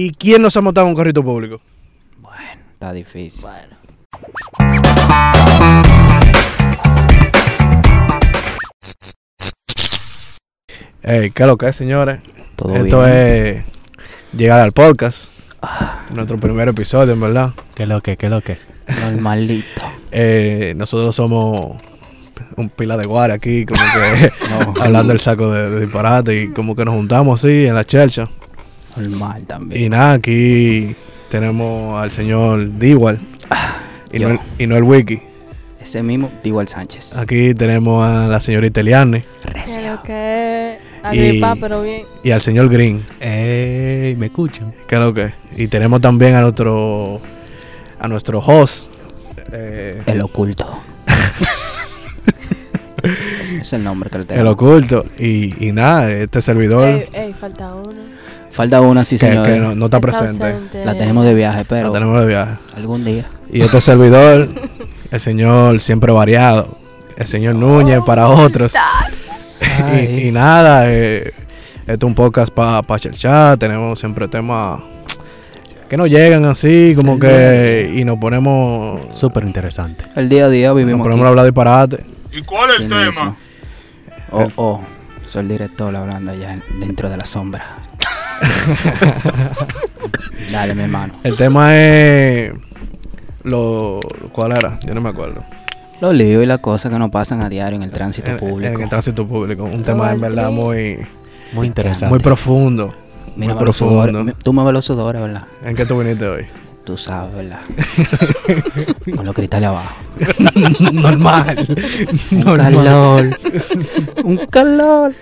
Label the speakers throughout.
Speaker 1: ¿Y quién nos ha montado un carrito público?
Speaker 2: Bueno, está difícil.
Speaker 3: Bueno.
Speaker 1: Ey, ¿Qué lo que es, señores?
Speaker 2: Todo
Speaker 1: Esto
Speaker 2: bien. Ah,
Speaker 1: es llegar al podcast. Nuestro primer episodio, en verdad.
Speaker 4: ¿Qué lo que, qué lo que?
Speaker 2: Normalito.
Speaker 1: Eh, nosotros somos un pila de guardia aquí, como que
Speaker 2: No,
Speaker 1: hablando el saco de, de disparate y como que nos juntamos así en la chelcha.
Speaker 2: normal
Speaker 1: Y
Speaker 2: también.
Speaker 1: nada, aquí tenemos al señor Dewal y,
Speaker 2: Yo.
Speaker 1: no el- y no el Wiki.
Speaker 2: Ese mismo, Digual Sánchez.
Speaker 1: Aquí tenemos a la señorita Eliane
Speaker 2: Recio.
Speaker 3: Creo que agripa,
Speaker 1: Y-
Speaker 3: pero bien.
Speaker 1: y al señor Green.
Speaker 4: ¡Ey! ¿Me escuchan?
Speaker 1: ¿Qué es lo que? es? Y tenemos también a nuestro a nuestro host. eh,
Speaker 2: El oculto. es, es el nombre que le
Speaker 1: el
Speaker 2: tenemos.
Speaker 1: oculto. Y, y nada, este servidor
Speaker 3: Ey, ey, falta uno.
Speaker 2: Falta una, sí,
Speaker 1: que,
Speaker 2: señor.
Speaker 1: que no, no está presente.
Speaker 3: ausente.
Speaker 2: La tenemos de viaje, pero
Speaker 1: La tenemos de viaje.
Speaker 2: algún día.
Speaker 1: Y este servidor, el señor siempre variado. El señor Núñez para otros.
Speaker 2: Ay.
Speaker 1: y, y nada, eh, esto es un podcast para pa chat Tenemos siempre temas que nos llegan así, como que. Y nos ponemos.
Speaker 4: Súper interesante.
Speaker 2: El día a día
Speaker 1: Nos
Speaker 2: vivimos.
Speaker 1: ponemos a hablar disparate.
Speaker 5: ¿Y cuál es el tema?
Speaker 2: Oh, oh. Soy el director hablando allá dentro de la sombra. Dale, mi hermano.
Speaker 1: El tema es. Lo, ¿Cuál era? Yo no me acuerdo.
Speaker 2: Los líos y las cosas que nos pasan a diario en el tránsito
Speaker 1: En,
Speaker 2: público.
Speaker 1: en el tránsito público. Un tema en verdad muy,
Speaker 4: Muy interesante.
Speaker 1: muy profundo.
Speaker 2: Mira,
Speaker 1: muy
Speaker 2: los sudores.
Speaker 1: profundo.
Speaker 2: Mi- Tú me ves los sudores, ¿verdad?
Speaker 1: ¿En qué tú viniste hoy?
Speaker 2: Tú sabes, ¿verdad? Con los cristales abajo.
Speaker 1: Normal.
Speaker 2: Un calor. Un calor.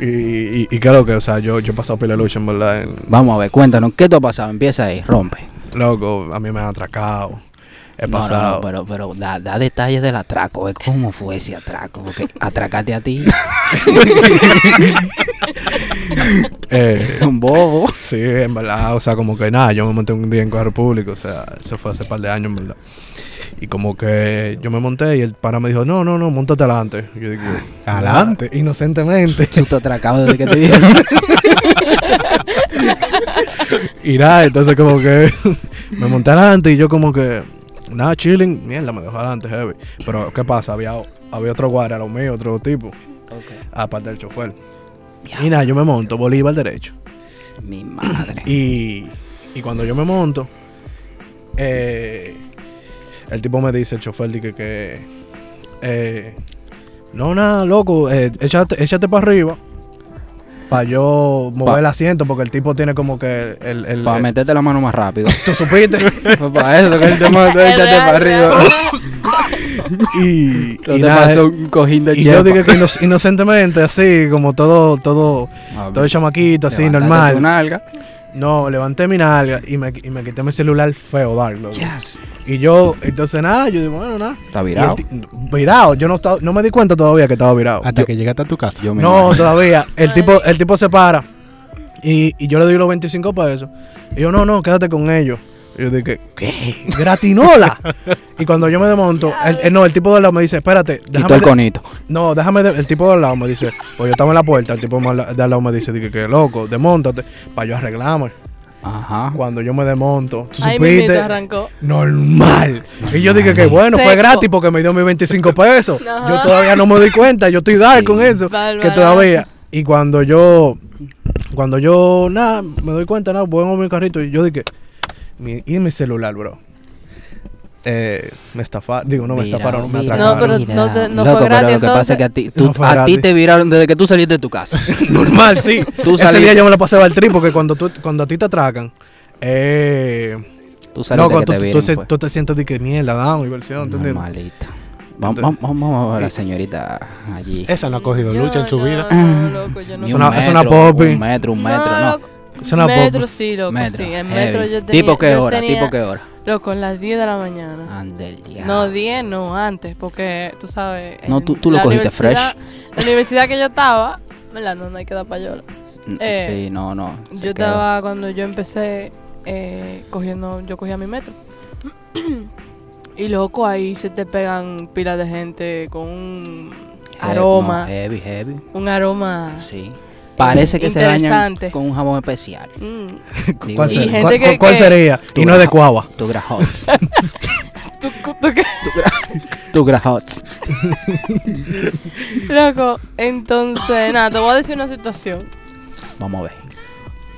Speaker 1: Y, y, y claro que, o sea, yo, yo he pasado pila de lucha, en verdad. en-
Speaker 2: Vamos a ver, cuéntanos, ¿qué te ha pasado? Empieza ahí, rompe.
Speaker 1: loco, a mí me han atracado. He
Speaker 2: No, pues, no,
Speaker 1: pasado.
Speaker 2: No, pero, pero da, da detalles del atraco, ¿eh? ¿cómo fue ese atraco? Porque atracate a ti,
Speaker 1: Eh,
Speaker 2: un bobo.
Speaker 1: sí, en verdad, o sea, como que nada, yo me monté un día en carro público, o sea, eso fue hace par de años, en verdad. Y como que yo me monté y el pana me dijo, no, no, no, montate adelante. Y Yo digo,
Speaker 4: ¿Adelante?
Speaker 1: Inocentemente.
Speaker 2: Tú te atracado desde que te dije.
Speaker 1: Y nada, entonces como que me monté adelante y yo como que, nada, chilling, mierda, me dejó adelante, heavy. Pero, ¿qué pasa? Había, había otro guardia, lo mío, otro tipo, aparte del chofer. Y nada, yo me monto, Bolívar derecho.
Speaker 2: Mi madre.
Speaker 1: Y, y cuando yo me monto, eh, el tipo me dice, el chofer, dice que, que, eh, no, nada, loco, eh, échate, échate para arriba. Para yo mover
Speaker 2: Pa-
Speaker 1: el asiento, porque el tipo tiene como que el... el-
Speaker 2: Para
Speaker 1: el-
Speaker 2: meterte la mano más rápido.
Speaker 1: ¿Tú supiste?
Speaker 2: para eso que él te mandó,
Speaker 3: Es
Speaker 2: échate
Speaker 3: real,
Speaker 2: para arriba.
Speaker 3: real.
Speaker 1: y,
Speaker 2: No
Speaker 1: y
Speaker 2: te
Speaker 1: nada,
Speaker 2: pasó un cojín de
Speaker 1: y yo
Speaker 2: chepa.
Speaker 1: digo que ino- inocentemente, así, como todo, todo,
Speaker 2: Ah,
Speaker 1: todo chamaquito, así,
Speaker 2: levántate tu
Speaker 1: normal.
Speaker 2: nalga.
Speaker 1: No, levanté mi nalga y me, y me quité mi celular feo, dark, loco.
Speaker 2: Yes.
Speaker 1: Y yo, entonces nada, yo digo, bueno, nada.
Speaker 2: Está virado.
Speaker 1: Y el ti- Virado, yo no, estaba- no me di cuenta todavía que estaba
Speaker 2: Ah,
Speaker 1: virado.
Speaker 4: Hasta que llegaste a tu casa.
Speaker 2: Yo me
Speaker 1: No,
Speaker 2: imagino.
Speaker 1: todavía. El tipo, el tipo se para. Y, y yo le doy los 25 pesos. Y yo, no, no, quédate con ellos. Y yo dije, ¿qué? ¡Gratinola! y cuando yo me desmonto, el, el- no, el tipo de al lado me dice, espérate,
Speaker 2: Quitó
Speaker 1: déjame.
Speaker 2: el
Speaker 1: de-
Speaker 2: conito.
Speaker 1: no, déjame. de- el tipo de al lado me dice, pues yo estaba en la puerta, el tipo de al de al lado me dice, dije, que loco, desmontate, para yo arreglarme.
Speaker 2: Ajá.
Speaker 1: Cuando yo me desmonto, ¿tú
Speaker 3: Ahí
Speaker 1: supiste?
Speaker 3: mismito arrancó.
Speaker 1: Normal. Y yo dije que bueno, fue
Speaker 3: Seco.
Speaker 1: gratis porque me dio mis 25 pesos.
Speaker 3: Ajá.
Speaker 1: Yo todavía no me doy cuenta, yo estoy dar con eso.
Speaker 3: Bárbara.
Speaker 1: Que todavía. Y cuando yo, cuando yo, nada, me doy cuenta, nada, pongo mi carrito y yo dije, mi- y mi celular, bro. Eh, me estafaron, digo, no me
Speaker 2: Mira,
Speaker 1: estafaron, me
Speaker 2: mira,
Speaker 1: atracaron.
Speaker 3: No, pero no te- no
Speaker 2: Loco,
Speaker 3: fue gratis,
Speaker 2: pero lo que pasa
Speaker 3: entonces.
Speaker 2: es que a ti, tú-
Speaker 1: No fue
Speaker 2: a ti
Speaker 1: gratis.
Speaker 2: te viraron desde que tú saliste de tu casa.
Speaker 1: Normal, sí.
Speaker 2: Tú
Speaker 1: Ese
Speaker 2: saliste.
Speaker 1: día yo me la pasaba al tri porque cuando, tú, cuando a ti te atracan, eh,
Speaker 2: Tú saliste
Speaker 1: loco,
Speaker 2: que
Speaker 1: tú,
Speaker 2: te
Speaker 1: tú
Speaker 2: vieron,
Speaker 1: se-
Speaker 2: pues.
Speaker 1: tú te sientes de que mierda, down, diversión, ¿entiendes?
Speaker 2: Normalito. Vamos, vamos, vamos a
Speaker 1: Eh,
Speaker 2: ver a la señorita allí.
Speaker 4: Esa no ha cogido
Speaker 3: Yo
Speaker 4: lucha en su
Speaker 3: no,
Speaker 4: vida.
Speaker 3: No, loco, yo no
Speaker 2: Ni
Speaker 1: Es
Speaker 2: un
Speaker 1: una- es una popi.
Speaker 2: Un metro, Ah. un metro, no.
Speaker 3: loco,
Speaker 1: Es una
Speaker 3: metro
Speaker 1: popa.
Speaker 3: sí, loco,
Speaker 2: metro.
Speaker 3: sí. En
Speaker 2: heavy.
Speaker 3: metro yo tenía...
Speaker 2: ¿Tipo qué
Speaker 3: yo
Speaker 2: hora?
Speaker 3: tenía-
Speaker 2: ¿Tipo qué hora? Ah,
Speaker 3: Loco, a las 10 de la mañana.
Speaker 2: Ande el diablo.
Speaker 3: No, 10 no, antes, porque tú sabes.
Speaker 2: No,
Speaker 3: en
Speaker 2: tú- tú lo
Speaker 3: la
Speaker 2: cogiste
Speaker 3: universidad- La universidad que yo estaba, ¿verdad? No, no hay que dar payola.
Speaker 2: N-
Speaker 3: eh,
Speaker 2: Mm, sí, no, no. se
Speaker 3: Yo
Speaker 2: quedó.
Speaker 3: estaba cuando yo empecé eh, cogiendo, yo cogía mi metro. y loco, ahí se te pegan pilas de gente con un
Speaker 1: Eh,
Speaker 2: Heavy, no,
Speaker 3: aroma,
Speaker 2: heavy, heavy.
Speaker 3: un aroma
Speaker 2: Sí. Parece que se bañan
Speaker 3: Interesante.
Speaker 2: con un jabón especial.
Speaker 3: Mm,
Speaker 2: Digo,
Speaker 1: ¿Cuál,
Speaker 2: y
Speaker 1: sería?
Speaker 3: gente
Speaker 1: ¿Cuál-
Speaker 3: que-
Speaker 1: cuál
Speaker 3: que-
Speaker 1: sería? Y no es de cuava.
Speaker 2: Tu grajots.
Speaker 3: tú- tú qué-
Speaker 2: tu grajots.
Speaker 3: Loco, entonces, nada, te voy a decir una situación.
Speaker 2: Vamos a ver.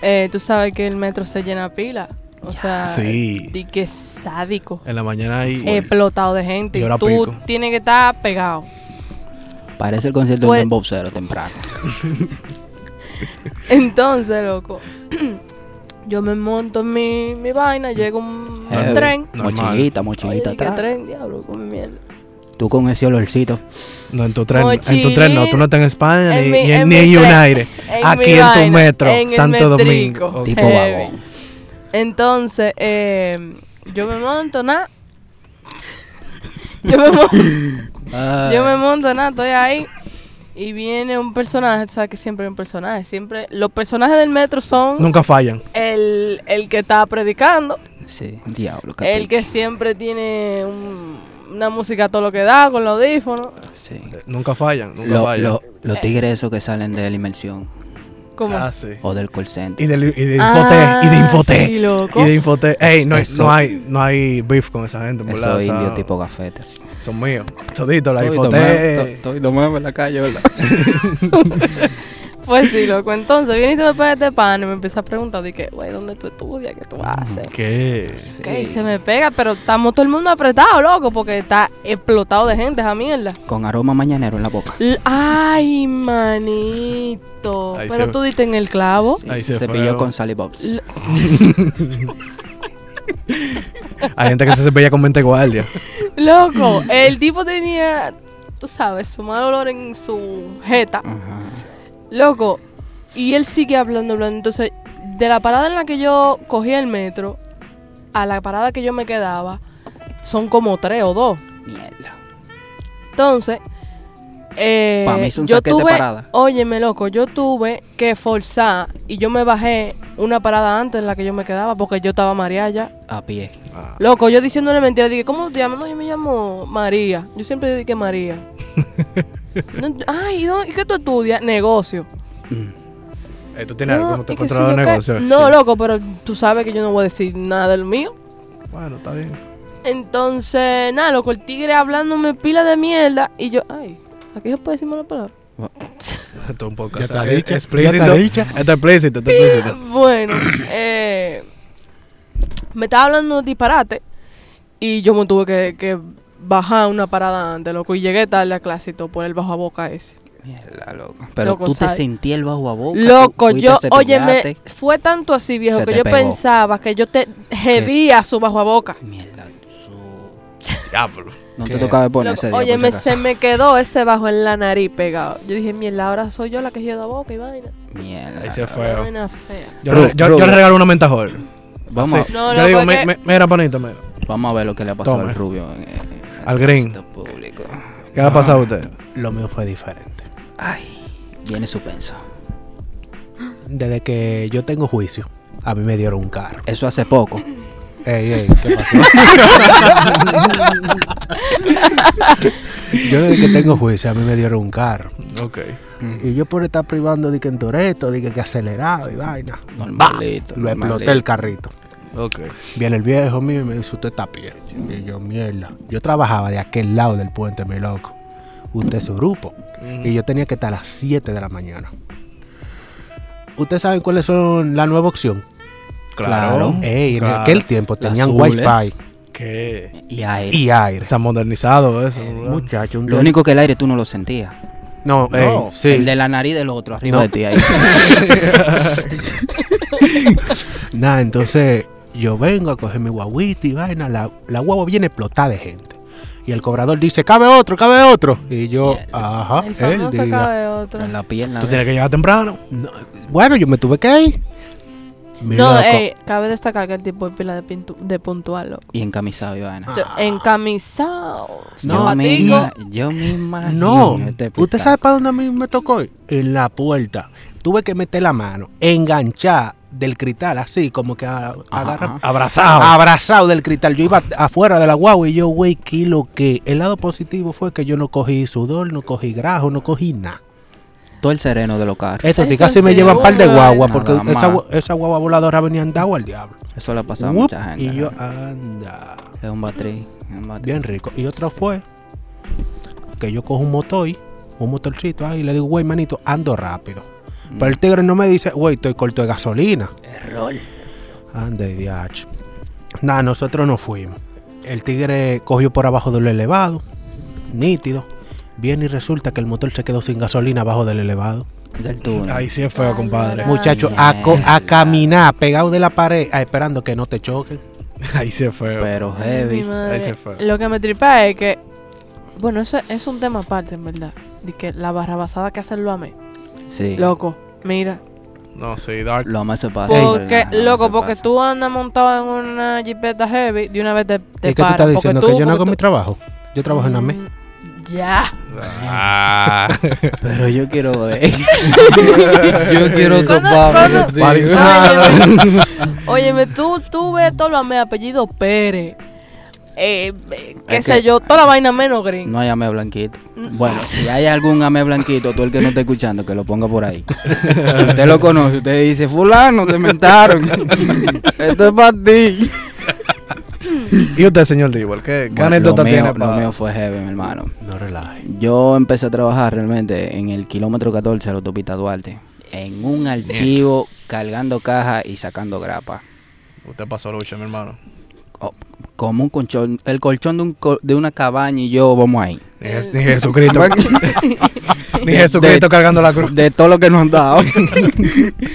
Speaker 3: Eh, tú sabes que el metro se llena pila. O sea,
Speaker 1: Sí.
Speaker 3: y que sádico.
Speaker 1: En la mañana hay
Speaker 3: Eh, Explotado de gente.
Speaker 1: Y ahora
Speaker 3: tú
Speaker 1: pico.
Speaker 3: tienes que estar pegado.
Speaker 2: Parece el concierto
Speaker 3: Pues-
Speaker 2: de un boxero temprano.
Speaker 3: Entonces, loco, yo me monto en mi, mi vaina, llega un, un
Speaker 1: Eh,
Speaker 2: Heavy.
Speaker 3: tren.
Speaker 1: Normal.
Speaker 2: Mochilita,
Speaker 3: Oye,
Speaker 2: mochilita
Speaker 3: ¿y qué
Speaker 2: atrás.
Speaker 3: tren, diablo, con mierda.
Speaker 2: Tú con ese olorcito.
Speaker 1: No, en tu tren, en tu
Speaker 3: Mochilín.
Speaker 1: tren no, tú no estás en España
Speaker 3: En
Speaker 1: ni,
Speaker 3: mi-
Speaker 1: ni en,
Speaker 3: en
Speaker 1: ni
Speaker 3: mi
Speaker 1: en
Speaker 3: tren.
Speaker 1: Unaire.
Speaker 3: En
Speaker 1: Aquí
Speaker 3: mi
Speaker 1: en tu
Speaker 3: vaina,
Speaker 1: metro,
Speaker 3: en el
Speaker 1: Santo
Speaker 3: metrico.
Speaker 1: Domingo. Ok.
Speaker 2: Tipo
Speaker 3: Heavy.
Speaker 2: vagón.
Speaker 3: Entonces, eh, yo me monto, nada. Yo me monto, yo
Speaker 2: Ah,
Speaker 3: me monto, nada, estoy ahí. Y viene un personaje, tú sabes que siempre hay un personaje. Siempre, los personajes del metro son
Speaker 1: Nunca fallan.
Speaker 3: el, el que está predicando,
Speaker 2: Sí, diablo.
Speaker 3: el que siempre tiene un- una música a todo lo que da con los audífonos.
Speaker 2: Sí.
Speaker 1: Nunca fallan, nunca
Speaker 2: Lo-
Speaker 1: fallan.
Speaker 2: lo- los tigres esos que salen de la inmersión
Speaker 3: Como,
Speaker 1: Ah, sí.
Speaker 2: o del call center.
Speaker 1: Y de, y de
Speaker 3: Ah,
Speaker 1: Infoté, y de Infoté.
Speaker 3: sí, loco.
Speaker 1: y de Infoté. Ey, no, hay-
Speaker 2: Eso-
Speaker 1: no, hay, no hay beef con esa gente, en ¿verdad?
Speaker 2: Esos
Speaker 1: O sea,
Speaker 2: indios tipo gafetes.
Speaker 1: Son míos. Todito, la
Speaker 2: Estoy tomando-
Speaker 1: Infoté.
Speaker 2: Estoy tomando en la calle, ¿verdad?
Speaker 3: Pues sí, loco. Entonces viene y se me pega este pan y me empieza a preguntar, de que, güey, ¿dónde tú estudias? ¿Qué tú haces?
Speaker 1: ¿Qué?
Speaker 3: Que se me pega, pero estamos todo el mundo apretado, loco, porque está explotado de gente esa mierda.
Speaker 2: Con aroma mañanero en la boca.
Speaker 3: L- Ay, manito.
Speaker 1: Ahí
Speaker 3: pero
Speaker 1: se-
Speaker 3: tú diste en el clavo.
Speaker 1: Ahí
Speaker 2: se,
Speaker 1: se fue.
Speaker 2: pilló con Sally Box.
Speaker 3: L-
Speaker 1: Hay gente que se cepilla con mente guardia.
Speaker 3: Loco, el tipo tenía, tú sabes, su mal olor en su jeta.
Speaker 2: Ajá.
Speaker 3: Loco, y él sigue hablando, hablando. Entonces, de la parada en la que yo cogía el metro a la parada que yo me quedaba, son como tres o dos.
Speaker 2: Mierda.
Speaker 3: Entonces, eh,
Speaker 2: Pa' mí es un
Speaker 3: yo
Speaker 2: saquete de
Speaker 3: tuve,
Speaker 2: parada.
Speaker 3: Óyeme, loco, yo tuve que forzar y yo me bajé una parada antes en la que yo me quedaba porque yo estaba mareada ya.
Speaker 2: A pie.
Speaker 3: Loco, yo diciéndole mentira, dije, ¿cómo te llamas? No, yo me llamo María. Yo siempre dije que María. No, ay, ¿y dónde- ¿y qué tú estudias? Negocio.
Speaker 2: Mm.
Speaker 1: Eh, tú tienes algo como te
Speaker 3: y que sí,
Speaker 1: controla
Speaker 3: yo
Speaker 1: el
Speaker 3: qué.
Speaker 1: negocio.
Speaker 3: No,
Speaker 1: Sí.
Speaker 3: loco, pero tú sabes que yo no voy a decir nada del mío.
Speaker 1: Bueno, está bien.
Speaker 3: Entonces, nada, loco, el tigre hablándome pila de mierda y yo, ay, aquí se puede decir mala palabra.
Speaker 1: Esto es un
Speaker 4: Ya
Speaker 1: podcast.
Speaker 4: está
Speaker 1: eh,
Speaker 4: dicha, ya
Speaker 1: explícito.
Speaker 4: está dicha.
Speaker 1: Esto es explícito, esto es explícito.
Speaker 3: Bueno, eh, me estaba hablando de disparate y yo me tuve que, que bajar una parada antes, loco, y llegué tarde a clase y todo por el bajo a boca ese.
Speaker 2: Mierda, loco. Pero
Speaker 3: Loco,
Speaker 2: tú te
Speaker 3: ¿sabes?
Speaker 2: sentías el bajo a boca.
Speaker 3: Loco,
Speaker 2: tú fuiste,
Speaker 3: yo,
Speaker 2: cepillaste.
Speaker 3: óyeme, fue tanto así, viejo,
Speaker 2: Se
Speaker 3: que
Speaker 2: te
Speaker 3: yo
Speaker 2: pegó.
Speaker 3: pensaba que yo te gedía su bajo a boca.
Speaker 2: Mierda. su-
Speaker 1: Diablo.
Speaker 2: No
Speaker 1: ¿Qué?
Speaker 2: te tocaba poner ese
Speaker 3: Loco,
Speaker 2: día. por
Speaker 3: óyeme,
Speaker 2: si acaso.
Speaker 3: se me quedó ese bajo en la nariz pegado. Yo dije, mierda, ahora soy yo la que gedo a boca y vaina.
Speaker 2: Mierda.
Speaker 1: Ahí se
Speaker 3: Una
Speaker 1: fue.
Speaker 3: vaina fea.
Speaker 1: Yo,
Speaker 2: Ru-
Speaker 1: le- yo- yo
Speaker 2: Rubio.
Speaker 1: le regalo una mentajol.
Speaker 2: Vamos,
Speaker 1: Sí.
Speaker 3: No,
Speaker 1: yo le digo,
Speaker 3: loco, es
Speaker 1: "Mi- mi- mira, panito, mira.
Speaker 2: a, vamos a ver lo que le ha pasado
Speaker 1: Toma.
Speaker 2: al rubio. en- en- en
Speaker 1: Al
Speaker 2: el
Speaker 1: green.
Speaker 2: tránsito Público.
Speaker 1: ¿Qué le ha pasado a usted?
Speaker 4: Lo mío fue diferente.
Speaker 2: Ay, viene su penso.
Speaker 4: Desde que yo tengo juicio, a mí me dieron un carro.
Speaker 2: Eso hace poco.
Speaker 4: Ey, ey, ¿qué pasó? yo desde que tengo juicio, a mí me dieron un carro.
Speaker 1: Ok.
Speaker 4: Y yo por estar privando de que en Toreto, de que, que acelerado y vaina.
Speaker 2: Normalito.
Speaker 4: Lo exploté
Speaker 2: normalito.
Speaker 4: el carrito.
Speaker 1: Ok.
Speaker 4: Viene el viejo mío y me dice, usted está pie. Y yo, mierda. Yo trabajaba de aquel lado del puente, mi loco. Usted es su grupo. Y yo tenía que estar a las 7 de la mañana. ¿Ustedes saben cuáles son la nueva opción?
Speaker 1: Claro.
Speaker 2: Claro.
Speaker 4: Ey, en
Speaker 1: Claro.
Speaker 4: aquel tiempo
Speaker 2: La
Speaker 4: tenían
Speaker 2: azul, ¿eh?
Speaker 4: wifi
Speaker 1: ¿Qué?
Speaker 2: Y aire.
Speaker 4: y aire.
Speaker 1: Se ha modernizado eso. ¿verdad?
Speaker 4: Muchacho, un
Speaker 2: Lo único que el aire tú no lo sentías.
Speaker 4: No, ey,
Speaker 1: No,
Speaker 4: sí.
Speaker 2: El de la nariz del otro, arriba
Speaker 4: No.
Speaker 2: de ti ahí.
Speaker 4: Nada, entonces yo vengo a coger mi guaguita y vaina. La, la guagua viene explotada de gente. Y el cobrador dice, cabe otro, cabe otro. Y yo, ajá,
Speaker 3: El
Speaker 4: Ah, él
Speaker 3: famoso
Speaker 4: diga.
Speaker 3: cabe otro.
Speaker 2: en la pierna.
Speaker 1: Tú
Speaker 2: de-
Speaker 1: tienes que llegar temprano.
Speaker 4: No, bueno, yo me tuve que ir. Mi
Speaker 3: No,
Speaker 4: loco.
Speaker 2: eh,
Speaker 3: ey, cabe destacar que el tipo es pila de, pintu- de puntual, loco.
Speaker 2: Y encamisado, Ivana.
Speaker 3: Yo- Encamisado,
Speaker 4: No,
Speaker 2: yo, me,
Speaker 3: zapatico.
Speaker 2: ima- yo me
Speaker 4: No,
Speaker 2: imagino. este
Speaker 4: ¿usted
Speaker 2: espectáculo.
Speaker 4: sabe para dónde a mí me tocó? ir? En la puerta. Tuve que meter la mano, enganchar del cristal, así como que a- agarrar.
Speaker 1: Abrazado.
Speaker 4: Abrazado del cristal. Yo iba afuera de la guagua y yo, güey, ¿qué lo que? El lado positivo fue que yo no cogí sudor, no cogí grajo, no cogí nada.
Speaker 2: todo el sereno de los carros.
Speaker 4: Eso sí,
Speaker 3: Eso
Speaker 4: casi me
Speaker 3: sí,
Speaker 4: llevan par de
Speaker 3: bueno.
Speaker 4: guagua porque
Speaker 2: Nada
Speaker 4: esa,
Speaker 2: más.
Speaker 4: gu- esa guagua voladora venía andado al diablo.
Speaker 2: Eso le ha pasado
Speaker 4: Whoop,
Speaker 2: a mucha gente.
Speaker 4: y yo
Speaker 2: ¿no?
Speaker 4: anda.
Speaker 2: Es un batrí. es un batrí.
Speaker 4: Bien rico. Y otra fue que yo cojo un motor, un motorcito ahí, y le digo, güey, manito, ando rápido.
Speaker 3: Mm.
Speaker 4: Pero el tigre no me dice, güey, estoy corto de gasolina. Anda, DH. Nada, nosotros no fuimos. El tigre cogió por abajo del elevado, nítido. Viene y resulta que el motor se quedó sin gasolina abajo del elevado.
Speaker 2: Del túnel.
Speaker 1: Ahí sí es feo, compadre.
Speaker 3: Ay,
Speaker 4: Muchacho,
Speaker 2: ya.
Speaker 4: a, co- a caminar, pegado de la pared, a- esperando que no te choquen.
Speaker 1: Ahí sí es feo.
Speaker 2: Pero
Speaker 3: Mi
Speaker 2: heavy.
Speaker 3: madre.
Speaker 1: Ahí se fue.
Speaker 3: Lo que me tripa es que. Bueno, eso es un tema aparte, en verdad. De que la barrabasada que hacen lo amé.
Speaker 2: Sí.
Speaker 3: Loco, mira.
Speaker 1: No, sí, Dark.
Speaker 2: Lo más se pasa.
Speaker 3: Porque,
Speaker 2: ¿verdad? Lo más
Speaker 3: loco,
Speaker 2: se
Speaker 3: porque
Speaker 2: pasa.
Speaker 3: tú andas montado en una jipeta heavy, de una vez te, te
Speaker 4: ¿Y qué tú estás
Speaker 3: paran,
Speaker 4: diciendo?
Speaker 3: porque tú-
Speaker 4: ¿Que yo no hago
Speaker 3: porque
Speaker 4: mi trabajo?
Speaker 3: tú-
Speaker 4: Yo trabajo en AME.
Speaker 3: Mm, Ya.
Speaker 1: Ah.
Speaker 2: Pero yo quiero ver. yo quiero
Speaker 3: ¿Cuándo-
Speaker 2: toparme
Speaker 3: cuándo-
Speaker 2: contigo.
Speaker 1: Vale.
Speaker 3: Óyeme, óyeme, tú, tú ves todo lo amé, apellido Pérez. Eh, eh, qué
Speaker 2: Es
Speaker 3: sé
Speaker 2: que-
Speaker 3: yo, toda la vaina menos green.
Speaker 2: No hay ame blanquito.
Speaker 3: Mm.
Speaker 2: Bueno, si hay algún ame blanquito, tú el que no está escuchando, que lo ponga por ahí. Si usted lo conoce, usted dice, fulano, te mentaron. Esto es para ti.
Speaker 1: ¿Y usted, señor Dibble? ¿Qué, qué
Speaker 2: Bueno,
Speaker 1: anécdota
Speaker 2: lo mío-
Speaker 1: tiene
Speaker 2: Lo
Speaker 1: para.?
Speaker 2: mío fue heavy, mi hermano.
Speaker 4: No relaje.
Speaker 2: Yo empecé a trabajar realmente en el kilómetro 14 de la autopista Duarte. En un archivo, cargando cajas y sacando grapa.
Speaker 1: Usted pasó lucha, mi hermano.
Speaker 2: O- como un colchón, el colchón de, un co- de una cabaña y yo vamos ahí.
Speaker 1: Ni, Jes- ni Jesucristo. ni
Speaker 2: De-
Speaker 1: Jesucristo cargando la cruz.
Speaker 2: De todo lo que nos han dado.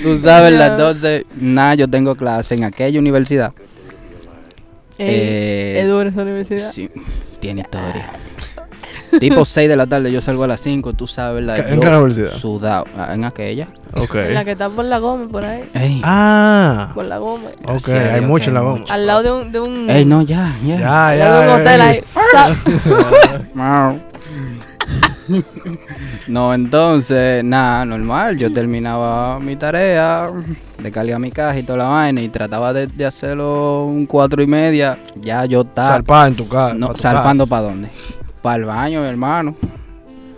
Speaker 2: Tú sabes,
Speaker 3: Ya.
Speaker 2: las 12, nada, yo tengo clase en aquella universidad.
Speaker 3: Ey,
Speaker 2: Eh,
Speaker 3: es dura esa universidad.
Speaker 2: Sí, tiene historia. tipo 6 de la tarde, yo salgo a las 5, tú sabes, la
Speaker 1: ¿En
Speaker 2: yo
Speaker 1: qué universidad?
Speaker 2: sudado, ah, en aquella.
Speaker 1: Ok.
Speaker 2: eh.
Speaker 3: La que está por la goma, por ahí.
Speaker 2: Ey,
Speaker 1: Ah.
Speaker 3: Por la goma.
Speaker 1: Ok,
Speaker 2: Sí,
Speaker 1: hay
Speaker 2: ok,
Speaker 1: mucho en la
Speaker 2: mucho.
Speaker 1: goma.
Speaker 3: Al lado de un. De un
Speaker 2: ey, no, ya, ya.
Speaker 1: Ya,
Speaker 3: al lado de
Speaker 1: ya.
Speaker 3: un hotel
Speaker 1: eh.
Speaker 3: ahí. O sea,
Speaker 2: Mau. No, entonces, nada, normal. Yo terminaba mi tarea, descargaba mi caja y toda la vaina y trataba de, de hacerlo un cuatro y media. Ya yo estaba
Speaker 1: Zarpá en tu casa.
Speaker 2: no,
Speaker 1: pa' tu
Speaker 2: zarpando para dónde. Para el baño, mi hermano.
Speaker 1: casa.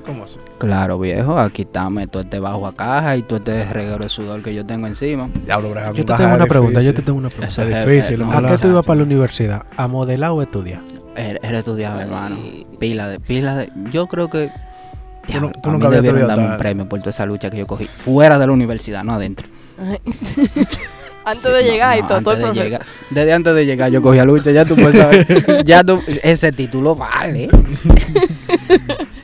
Speaker 1: ¿Cómo así?
Speaker 2: Claro, viejo, aquí quitarme todo este bajo a caja y todo este reguero de sudor que yo tengo encima.
Speaker 1: Diablo, brega,
Speaker 4: Yo
Speaker 1: con
Speaker 4: te
Speaker 1: caja
Speaker 4: tengo una
Speaker 1: es
Speaker 4: pregunta, yo te
Speaker 1: difícil.
Speaker 4: tengo una pregunta.
Speaker 1: Eso es difícil,
Speaker 2: eh,
Speaker 1: en
Speaker 2: no,
Speaker 4: ¿A
Speaker 1: verdad.
Speaker 4: qué tú ibas para la universidad? ¿A modelar o estudiar?
Speaker 2: Era era estudiado, hermano. Pila de, pila de. Yo creo que.
Speaker 1: Tú nu-
Speaker 2: Diablo,
Speaker 1: tú
Speaker 2: a mí
Speaker 1: nunca habías
Speaker 2: debieron
Speaker 1: estudiado
Speaker 2: darme un
Speaker 1: nada.
Speaker 2: premio por toda esa lucha que yo cogí. Fuera de la universidad, no adentro.
Speaker 3: Ay. Antes
Speaker 2: Sí,
Speaker 3: de
Speaker 2: no,
Speaker 3: llegar
Speaker 2: no,
Speaker 3: y todo, todo el
Speaker 2: antes de
Speaker 3: proceso.
Speaker 2: llegar- Desde antes de llegar yo cogía lucha, ya tú puedes saber. ya tú, ese título vale.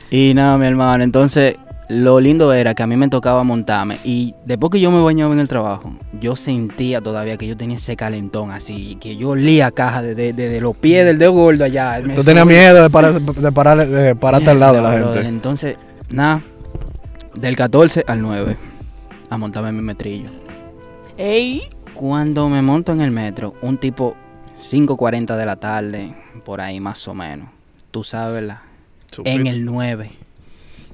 Speaker 2: y nada, mi hermano, entonces lo lindo era que a mí me tocaba montarme y después que yo me bañaba en el trabajo, yo sentía todavía que yo tenía ese calentón así, que yo olía caja desde de, de los pies del dedo gordo allá. me
Speaker 1: Tú tenías
Speaker 2: subía.
Speaker 1: miedo de, parar- de, parar- de pararte al lado de la
Speaker 2: Cabrón,
Speaker 1: gente.
Speaker 2: Entonces, nada, del 14 al 9, a montarme en mi metrillo.
Speaker 3: Ey,
Speaker 2: Cuando me monto en el metro, un tipo 5.40 de la tarde, por ahí más o menos, tú sabes, ¿verdad? En el 9,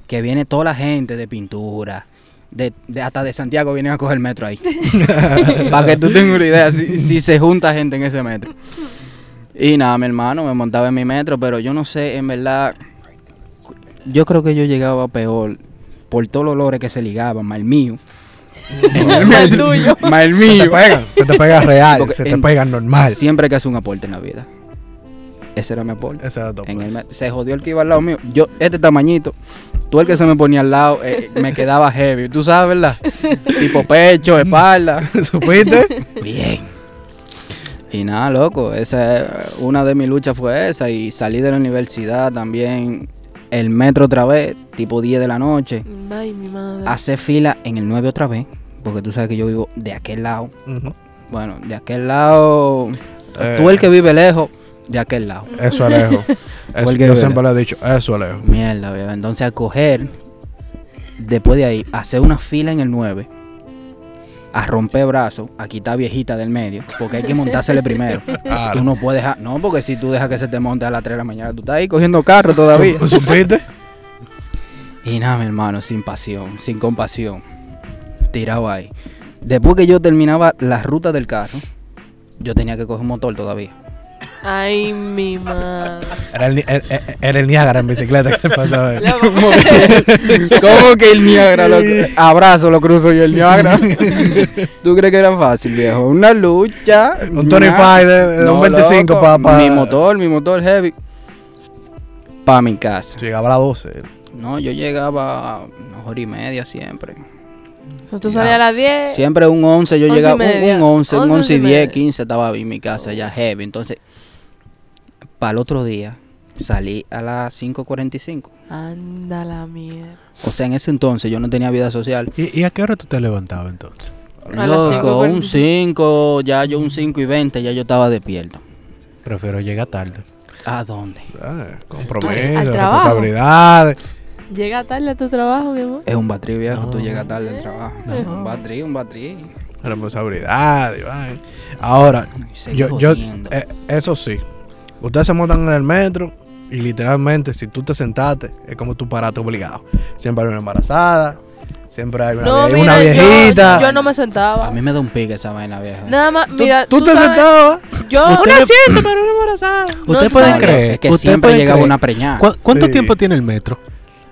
Speaker 2: que viene toda la gente de pintura, de, de- hasta de Santiago vienen a coger el metro ahí. Para que tú tengas una idea, si, si se junta gente en ese metro. Y nada, mi hermano, me montaba en mi metro, pero yo no sé, en verdad, yo creo que yo llegaba peor por todos los olores que se ligaban, mal mío. En el
Speaker 3: Mal
Speaker 2: metro,
Speaker 3: tuyo.
Speaker 2: Mal
Speaker 1: Se te
Speaker 2: mío.
Speaker 1: pegan, se te pega
Speaker 2: Sí,
Speaker 1: real,
Speaker 2: porque
Speaker 1: se te
Speaker 2: en-
Speaker 1: pega normal.
Speaker 2: Siempre hay que hacer un aporte en la vida. Ese era mi aporte.
Speaker 1: Ese era todo.
Speaker 2: En el me- se jodió el que iba al lado mío. Yo, este tamañito, tú el que se me ponía al lado, eh, me quedaba heavy. Tú sabes, ¿verdad? tipo pecho, espalda.
Speaker 1: ¿Supiste?
Speaker 2: Bien. Y nada, loco. Esa eh, una de mis luchas fue esa. Y salí de la universidad también. El metro otra vez, tipo 10 de la noche.
Speaker 3: Ay, mi madre.
Speaker 2: Hacer fila en el 9 otra vez. Porque tú sabes que yo vivo de aquel lado.
Speaker 1: Ujú.
Speaker 2: Bueno, de aquel lado.
Speaker 1: Eh.
Speaker 2: Tú el que vive lejos, de aquel lado.
Speaker 1: Eso Alejo. Eso,
Speaker 2: Cualquier
Speaker 1: yo
Speaker 2: vela.
Speaker 1: siempre le he dicho, eso Alejo.
Speaker 2: Mierda, bebé. Entonces a coger, después de ahí, hacer una fila en el 9, a romper brazos, a quitar viejita del medio, porque hay que montársele primero.
Speaker 1: Claro.
Speaker 2: Tú no puedes dejar, no, porque si tú dejas que se te monte a las 3 de la mañana, tú estás ahí cogiendo carro todavía.
Speaker 1: Su- ¿Supiste?
Speaker 2: Y nada, mi hermano, sin pasión, sin compasión. Tirado ahí. Después que yo terminaba la ruta del carro, yo tenía que coger un motor todavía.
Speaker 3: Ay, mi madre.
Speaker 1: Era el, ni- era- era- era el Niágara en bicicleta que le pasaba.
Speaker 3: Loco,
Speaker 2: ¿Cómo que, cómo que el Niagara? Lo, abrazo, lo cruzo yo el Niagara. ¿Tú crees que era fácil, viejo? Una lucha.
Speaker 1: Un 25 de- de un 25 pa- pa-
Speaker 2: Mi motor, mi motor heavy. Pa' mi casa.
Speaker 1: Llegaba a las 12.
Speaker 2: No, yo llegaba a una hora y media siempre.
Speaker 3: Tú salías a las 10.
Speaker 2: Siempre un 11, yo
Speaker 3: Once y
Speaker 2: llegaba un,
Speaker 3: media.
Speaker 2: un 11, un 11
Speaker 3: Once,
Speaker 2: y
Speaker 3: once y
Speaker 2: 10,
Speaker 3: media.
Speaker 2: 15 estaba en mi casa ya heavy. Entonces, para el otro día salí a las 5.45.
Speaker 3: Anda la mierda.
Speaker 2: O sea, en ese entonces yo no tenía vida social.
Speaker 4: ¿Y, y a qué hora tú te levantabas entonces?
Speaker 3: A las
Speaker 2: Loco, un
Speaker 3: 5:45.
Speaker 2: 5, ya yo un 5 y 20, ya yo estaba despierto.
Speaker 4: Prefiero llegar tarde.
Speaker 2: ¿A dónde?
Speaker 1: Ah,
Speaker 3: Al
Speaker 1: compromiso,
Speaker 3: trabajo.
Speaker 1: responsabilidades.
Speaker 3: Llega tarde a tu trabajo, mi amor.
Speaker 2: Es un batrí viejo, tú
Speaker 4: No.
Speaker 2: llegas tarde al trabajo. Un batrí, un batrí.
Speaker 1: Responsabilidades. vaina. Ahora,
Speaker 2: Seguí
Speaker 1: yo, yo
Speaker 2: jodiendo.
Speaker 1: eh, eso sí. Ustedes se montan en el metro y literalmente si tú te sentaste es como tú paraste obligado. Siempre hay una embarazada, siempre hay una,
Speaker 3: No,
Speaker 1: vie-
Speaker 3: mira,
Speaker 1: una
Speaker 3: yo-
Speaker 1: viejita.
Speaker 3: Yo, no me sentaba.
Speaker 2: A mí me da un pique esa vaina vieja.
Speaker 3: Nada más,
Speaker 1: Tú-
Speaker 3: mira.
Speaker 1: tú, te
Speaker 3: sabes,
Speaker 1: sentabas.
Speaker 3: Yo.
Speaker 1: Un asiento para una embarazada.
Speaker 4: ¿Ustedes
Speaker 3: tú
Speaker 4: pueden
Speaker 3: sabes-
Speaker 4: creer?
Speaker 2: Es que
Speaker 4: ¿Ustedes
Speaker 2: siempre
Speaker 4: pueden
Speaker 2: llegaba
Speaker 4: creer?
Speaker 2: una preñada.
Speaker 4: ¿Cu- ¿Cuánto
Speaker 1: Sí.
Speaker 4: tiempo tiene el metro?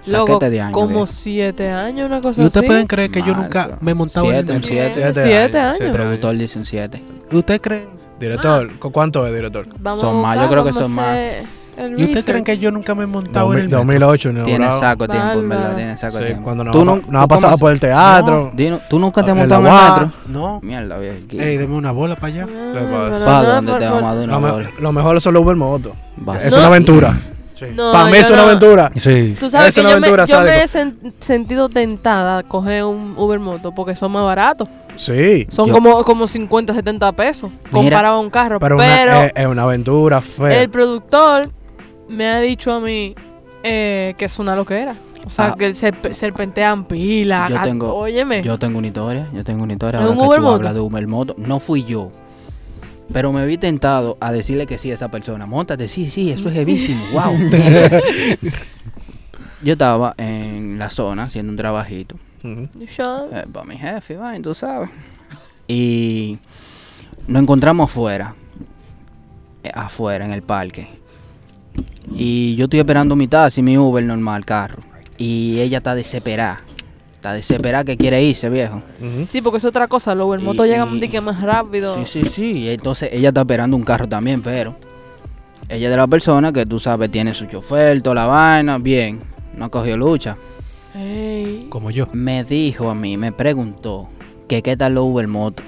Speaker 3: Loco,
Speaker 2: Saquete de año.
Speaker 3: como
Speaker 2: viejo.
Speaker 3: siete años, una cosa
Speaker 4: ¿Y ustedes
Speaker 3: así.
Speaker 4: pueden creer que yo
Speaker 2: Marzo.
Speaker 4: nunca me he montado
Speaker 2: Ah, Siete,
Speaker 4: en
Speaker 2: un
Speaker 4: el metro?
Speaker 2: siete.
Speaker 3: Siete años.
Speaker 1: siete
Speaker 2: El productor dice un 7.
Speaker 4: ¿Ustedes creen?
Speaker 1: Director,
Speaker 3: Ah.
Speaker 1: ¿cu- ¿cuánto es, director?
Speaker 3: Vamos
Speaker 2: Son
Speaker 3: a
Speaker 2: más,
Speaker 3: buscar,
Speaker 2: yo creo que
Speaker 3: vamos a
Speaker 2: son más.
Speaker 3: hacer el
Speaker 4: ¿Y ustedes
Speaker 3: research.
Speaker 4: creen que yo nunca me he montado en
Speaker 1: Dos
Speaker 4: el
Speaker 1: mil-
Speaker 4: metro?
Speaker 1: 2008, ¿no?
Speaker 2: Tiene
Speaker 1: Bravo.
Speaker 2: saco de tiempo, en verdad,
Speaker 3: Bárbaro.
Speaker 2: tiene saco de
Speaker 1: Sí,
Speaker 2: tiempo.
Speaker 1: cuando no,
Speaker 2: Tú
Speaker 1: ha, pa-
Speaker 2: nun-
Speaker 1: no ha
Speaker 2: tú
Speaker 1: pasado
Speaker 2: comas-
Speaker 1: por el teatro.
Speaker 2: Dino, ¿Tú nunca te
Speaker 1: En
Speaker 2: has
Speaker 1: la
Speaker 2: montado en el
Speaker 1: guagua.
Speaker 2: metro?
Speaker 4: No.
Speaker 2: Mierda, viejo. ¿qué-
Speaker 4: Ey, deme una bola para allá.
Speaker 3: Ah,
Speaker 1: Le pasa.
Speaker 3: pero
Speaker 2: ¿Pa'
Speaker 3: no,
Speaker 2: dónde
Speaker 3: por-
Speaker 2: te
Speaker 3: por-
Speaker 2: vamos a dar una
Speaker 1: Lo, me-
Speaker 2: bola?
Speaker 1: lo mejor son los Ubermotos.
Speaker 2: Vas-
Speaker 1: Es una aventura.
Speaker 3: Ah. No,
Speaker 1: Para mí
Speaker 3: yo
Speaker 1: es una
Speaker 3: no.
Speaker 1: aventura.
Speaker 4: Sí.
Speaker 3: Tú sabes
Speaker 1: Eso
Speaker 3: que
Speaker 1: es una
Speaker 3: yo me,
Speaker 1: aventura,
Speaker 3: yo
Speaker 1: sádico.
Speaker 3: me he sen- sentido tentada a coger un Uber Moto porque son más baratos.
Speaker 1: Sí.
Speaker 3: Son
Speaker 2: Yo-
Speaker 3: como, como 50, 70 pesos comparado a un carro.
Speaker 1: Pero
Speaker 3: Pero,
Speaker 1: una- es,
Speaker 2: eh,
Speaker 1: es una aventura fea.
Speaker 3: el productor me ha dicho a mí eh, que es una loquera. O sea,
Speaker 2: Ah.
Speaker 3: que se serpentean pila.
Speaker 2: Yo
Speaker 3: a-
Speaker 2: tengo-
Speaker 3: Óyeme.
Speaker 2: Yo tengo una historia, yo tengo una historia.
Speaker 3: ¿Es
Speaker 2: Ahora
Speaker 3: un
Speaker 2: que
Speaker 3: Uber
Speaker 2: tú
Speaker 3: moto?
Speaker 2: hablas de Uber Moto, no fui yo. Pero me vi tentado a decirle que sí a esa persona. Montate, sí, sí, eso es heavísimo. wow. yo estaba en la zona haciendo un trabajito
Speaker 1: Ujú.
Speaker 3: Yo-
Speaker 2: para Eh, mi jefe, va, tú sabes. Y nos encontramos afuera, eh, afuera en el parque. Y yo estoy esperando mi taxi, mi Uber normal, carro. Y ella está desesperada. Está desesperada que quiere irse, viejo.
Speaker 1: Ujú.
Speaker 3: Sí, porque es otra cosa. Los Uber Moto
Speaker 2: Y-
Speaker 3: llegan
Speaker 2: y-
Speaker 3: un ticket más rápido.
Speaker 2: Sí, sí, sí. y Entonces ella está esperando un carro también, pero ella es de la persona que tú sabes tiene su chofer, toda la vaina, bien. No cogió lucha.
Speaker 3: Ey.
Speaker 4: Como yo.
Speaker 2: Me dijo a mí, me preguntó que qué tal lo Uber Moto.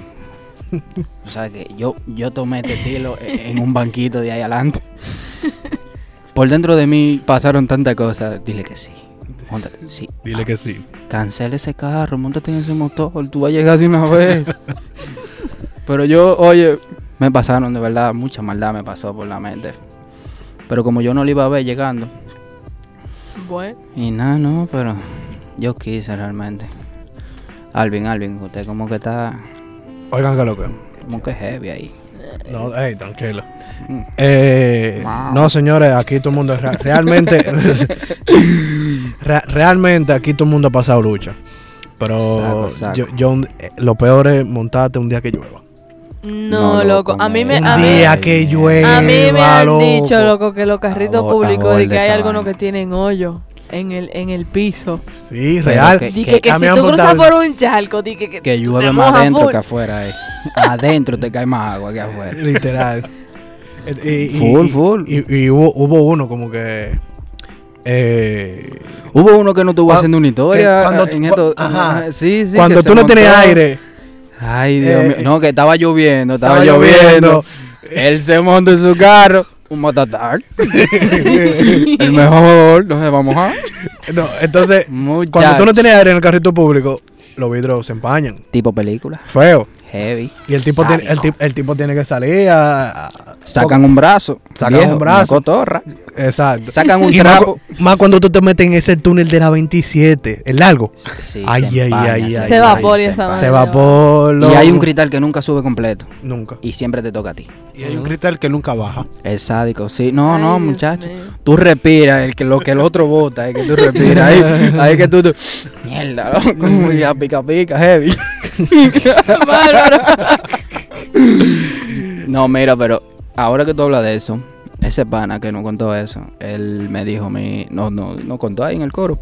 Speaker 2: o sea que yo, yo tomé este estilo en un banquito de ahí adelante. Por dentro de mí pasaron tantas cosas. Dile que sí. Móntate. Sí.
Speaker 1: Dile que sí.
Speaker 2: Cancela ese carro, montate en ese motor, tú vas a llegar de una vez. Pero yo, oye, me pasaron de verdad, mucha maldad me pasó por la mente. Pero como yo no lo iba a ver llegando,
Speaker 3: Bueno.
Speaker 2: y nada, no, pero yo quise realmente. Alvin, Alvin, usted como que está,
Speaker 1: Oigan que lo que.
Speaker 2: como que heavy ahí.
Speaker 1: No, ey, tranquilo.
Speaker 2: Mm.
Speaker 1: Eh,
Speaker 2: Wow.
Speaker 1: No, señores, aquí todo el mundo es ra- realmente, re- realmente aquí todo el mundo ha pasado lucha. Pero
Speaker 2: Saco, saco.
Speaker 1: Yo, yo un- eh, lo peor es montarte un día que llueva.
Speaker 3: No,
Speaker 2: No,
Speaker 3: loco.
Speaker 2: loco,
Speaker 3: A mí
Speaker 2: no.
Speaker 3: me.
Speaker 1: un
Speaker 3: A mí,
Speaker 1: día
Speaker 2: Ay,
Speaker 1: que
Speaker 2: mierda.
Speaker 1: llueva.
Speaker 3: A mí me han
Speaker 1: loco.
Speaker 3: dicho, loco, que los carritos
Speaker 2: Abor-
Speaker 3: públicos de
Speaker 2: aborde
Speaker 3: que hay
Speaker 2: esa
Speaker 3: algunos que
Speaker 2: vaina.
Speaker 3: tienen hoyo en el, en el piso.
Speaker 1: Sí,
Speaker 2: Pero
Speaker 1: real.
Speaker 2: que-
Speaker 3: Di que, que
Speaker 1: a mí
Speaker 3: si
Speaker 1: me han
Speaker 3: tú cruzas
Speaker 1: contado-
Speaker 3: por un charco, di que, que,
Speaker 2: Que
Speaker 3: tú
Speaker 2: llueve
Speaker 3: te
Speaker 2: más
Speaker 3: mojas
Speaker 2: adentro
Speaker 3: full.
Speaker 2: que afuera ahí. adentro te cae más agua que afuera.
Speaker 1: Literal. Et- y- y-
Speaker 2: Full,
Speaker 1: y-
Speaker 2: full.
Speaker 1: Y, y hubo, hubo uno como que. eh,
Speaker 2: Hubo uno que no estuvo
Speaker 1: Cuan-
Speaker 2: haciendo una historia.
Speaker 1: cuando-
Speaker 2: en esto-
Speaker 1: ajá.
Speaker 2: sí, sí,
Speaker 1: cuando
Speaker 2: que se
Speaker 1: tú no tienes
Speaker 2: montó.
Speaker 1: aire,
Speaker 2: Ay, Dios
Speaker 1: Eh,
Speaker 2: mío. No, que estaba lloviendo, estaba,
Speaker 1: estaba lloviendo.
Speaker 2: lloviendo. Él se monta en su carro. Un matatar. el mejor jugador, no se va a mojar.
Speaker 1: no, entonces,
Speaker 2: Muchacho.
Speaker 1: cuando tú no tienes aire en el carrito público, los vidrios se empañan.
Speaker 2: Tipo película.
Speaker 1: Feo.
Speaker 2: Heavy.
Speaker 1: Y el tipo, tiene, el,
Speaker 2: sádico.
Speaker 1: ti- el tipo tiene que salir a. a-
Speaker 2: Sacan un brazo.
Speaker 1: Sacan
Speaker 2: viejo,
Speaker 1: un brazo.
Speaker 2: una cotorra.
Speaker 1: Exacto.
Speaker 2: Sacan un
Speaker 1: Y más
Speaker 2: trapo.
Speaker 1: cu- Más, cuando tú te metes en ese túnel de la 27, el largo.
Speaker 2: Sí, sí,
Speaker 1: Ay,
Speaker 2: se
Speaker 1: ay,
Speaker 2: empaña,
Speaker 1: ay, ay,
Speaker 3: Se
Speaker 2: empaña,
Speaker 3: evapora
Speaker 2: se
Speaker 3: esa
Speaker 2: empaña.
Speaker 3: Ay,
Speaker 1: se
Speaker 3: Dios.
Speaker 1: va por los.
Speaker 2: Y hay un cristal que nunca sube completo.
Speaker 1: Nunca.
Speaker 2: Y siempre te toca a ti.
Speaker 4: Y hay un cristal que nunca baja.
Speaker 2: El sádico, sí. No,
Speaker 3: Ay,
Speaker 2: no,
Speaker 3: Dios
Speaker 2: muchacho.
Speaker 3: mío.
Speaker 2: Tú respiras, el que, lo que el otro bota, es que tú respiras. Ahí, ahí que tú, tú- Mierda, loco. Ya pica, pica, heavy.
Speaker 3: Bárbaro.
Speaker 2: No, mira, pero ahora que tú hablas de eso, ese pana que no contó eso, él me dijo, mi, no, no, no contó ahí en el coro,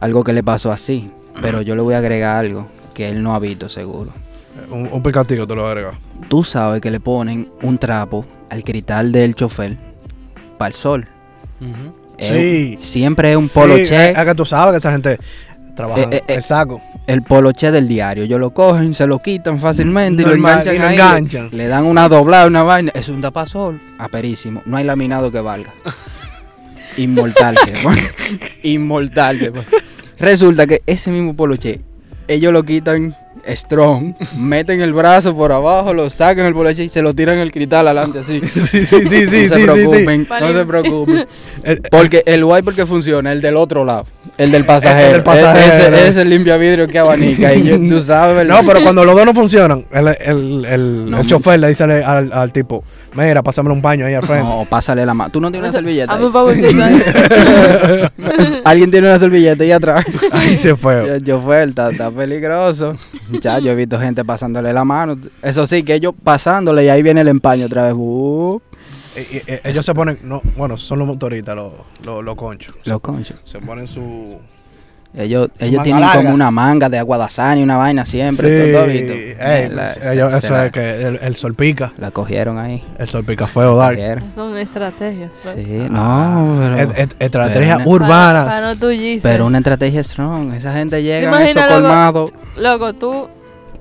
Speaker 2: algo que le pasó así, pero yo le voy a agregar algo que él no ha visto seguro.
Speaker 1: Un, un picatico te lo agrega.
Speaker 2: Tú sabes que le ponen un trapo al cristal del chofer para el sol. Es
Speaker 1: Sí.
Speaker 2: un- siempre es un
Speaker 1: Sí,
Speaker 2: polo che.
Speaker 1: es- es que tú sabes que esa gente trabaja
Speaker 2: Eh, eh, eh.
Speaker 1: el saco.
Speaker 2: el poloche del diario. Ellos lo cogen, se lo quitan fácilmente y lo
Speaker 1: Normal,
Speaker 2: enganchan
Speaker 1: y lo
Speaker 2: ahí.
Speaker 1: enganchan.
Speaker 2: Le dan una doblada, una vaina. Es un tapasol. Aperísimo. No hay laminado que valga. Inmortal que fue. Inmortal que fue. Resulta que ese mismo poloche, ellos lo quitan strong, meten el brazo por abajo, lo sacan el poloche y se lo tiran el cristal adelante así.
Speaker 1: Sí, sí, sí, sí,
Speaker 2: no
Speaker 1: sí, sí, sí.
Speaker 2: se preocupen, no
Speaker 3: Vale.
Speaker 2: se preocupen.
Speaker 1: Eh,
Speaker 2: Porque el wiper que funciona, el del otro lado, el del pasajero.
Speaker 1: El del pasajero.
Speaker 2: e- Ese, ese limpia vidrio que abanica. y yo- tú sabes, ¿verdad?
Speaker 1: No, pero cuando los dos no funcionan, el, el, el,
Speaker 2: No,
Speaker 1: el
Speaker 2: mu-
Speaker 1: chofer le dice al, al- al tipo, mira, pásame un baño ahí al frente.
Speaker 2: No, pásale la mano. Tú no tienes una servilleta.
Speaker 3: Hazme
Speaker 2: ahí?
Speaker 3: un favorcito ahí.
Speaker 2: Alguien tiene una servilleta ahí atrás.
Speaker 1: Ahí se fue.
Speaker 2: Yo, yo fue, está, está peligroso. Ya, yo he visto gente pasándole la mano. Eso sí, que ellos pasándole y ahí viene el empaño otra vez. Uh,
Speaker 1: Y- y- y Eh, ellos se ponen, no, bueno, son los motoristas, los, los, los conchos.
Speaker 2: los conchos.
Speaker 1: Se ponen su...
Speaker 2: Ellos, ellos
Speaker 1: Manga
Speaker 2: tienen
Speaker 1: larga.
Speaker 2: como una manga de aguadazán y una vaina siempre.
Speaker 1: Sí,
Speaker 2: todo, todo visto.
Speaker 1: ey,
Speaker 2: La-
Speaker 1: pues, ellos-
Speaker 2: se- se
Speaker 1: eso
Speaker 2: la-
Speaker 1: es que el, el sol pica,
Speaker 2: La cogieron ahí.
Speaker 1: el sol pica feo, Dark.
Speaker 2: Cogieron.
Speaker 3: Son estrategias. ¿no?
Speaker 2: Sí, no, Ah. pero.
Speaker 1: Et- et- estrategias
Speaker 2: pero una-
Speaker 1: urbanas.
Speaker 3: Para, para no tullirse.
Speaker 2: Pero una estrategia strong. Esa gente llega a esos
Speaker 3: imaginas, loco?
Speaker 2: colmados.
Speaker 3: Loco, tú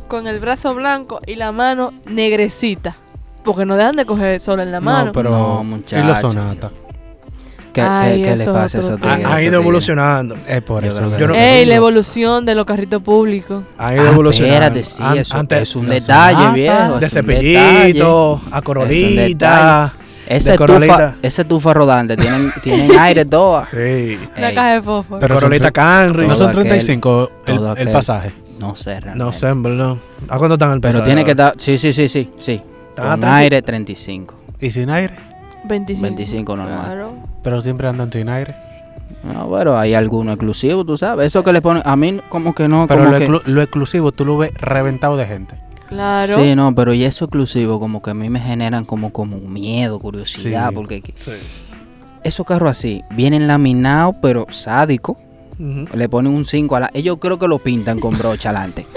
Speaker 3: con el brazo blanco y la mano negrecita. Porque no dejan de coger sol en la mano.
Speaker 4: pero.
Speaker 2: No,
Speaker 4: Y los
Speaker 2: muchacho.
Speaker 4: sonatas.
Speaker 2: ¿Qué,
Speaker 3: Ay,
Speaker 2: qué- qué
Speaker 3: eso
Speaker 2: le
Speaker 3: es
Speaker 2: pasa a
Speaker 3: otro
Speaker 2: esos
Speaker 1: Ha-
Speaker 3: tema.
Speaker 2: tigres?
Speaker 1: han
Speaker 2: esos
Speaker 1: ido
Speaker 2: tigres?
Speaker 1: evolucionando.
Speaker 4: Es por
Speaker 2: Yo
Speaker 4: eso.
Speaker 2: creo que
Speaker 4: yo
Speaker 2: no.
Speaker 4: no-
Speaker 3: Ey, la evolución de los carritos públicos.
Speaker 1: Han ido
Speaker 2: Ah,
Speaker 1: evolucionando.
Speaker 2: espérate, sí,
Speaker 1: An-
Speaker 2: eso
Speaker 1: antes
Speaker 2: es un
Speaker 1: los
Speaker 2: detalle,
Speaker 1: sonatas,
Speaker 2: viejo.
Speaker 1: Ah, De
Speaker 2: es un detalle.
Speaker 1: cepillito, a corolita.
Speaker 2: Esa
Speaker 1: de
Speaker 2: estufa,
Speaker 1: corralita.
Speaker 2: esa estufa rodante, tienen, tienen aire toda.
Speaker 1: Sí.
Speaker 3: Una
Speaker 2: Ey,
Speaker 3: caja de
Speaker 1: Pero
Speaker 3: fósforo.
Speaker 4: Pero
Speaker 1: corolita
Speaker 4: son-
Speaker 1: Canry.
Speaker 4: No
Speaker 2: Todo
Speaker 4: son
Speaker 2: aquel-
Speaker 4: 35 el-
Speaker 2: todo
Speaker 4: el,
Speaker 2: aquel.
Speaker 4: pasaje.
Speaker 2: no sé, realmente.
Speaker 1: No sé, en verdad. ¿A Ah, cuánto están el
Speaker 2: Pero
Speaker 1: peso?
Speaker 2: tiene que estar. Sí, sí, sí, sí. sí.
Speaker 1: Está
Speaker 2: Con
Speaker 1: 30.
Speaker 2: aire 35.
Speaker 4: ¿Y sin aire?
Speaker 3: 25.
Speaker 2: 25 normal.
Speaker 3: Claro.
Speaker 4: Pero siempre andan sin aire.
Speaker 2: No, pero hay alguno exclusivo, tú sabes. Eso que le ponen. A mí, como que no.
Speaker 4: Pero
Speaker 2: como
Speaker 4: lo,
Speaker 2: que-
Speaker 4: exclu- lo exclusivo tú lo ves reventado de gente.
Speaker 3: Claro.
Speaker 2: Sí, no, pero y eso exclusivo, como que a mí me generan como, como miedo, curiosidad,
Speaker 4: Sí.
Speaker 2: porque que-
Speaker 1: Sí.
Speaker 2: esos carros así vienen laminados, pero sádico.
Speaker 1: Ujú.
Speaker 2: Le ponen un 5 a la. Ellos creo que lo pintan con brocha adelante.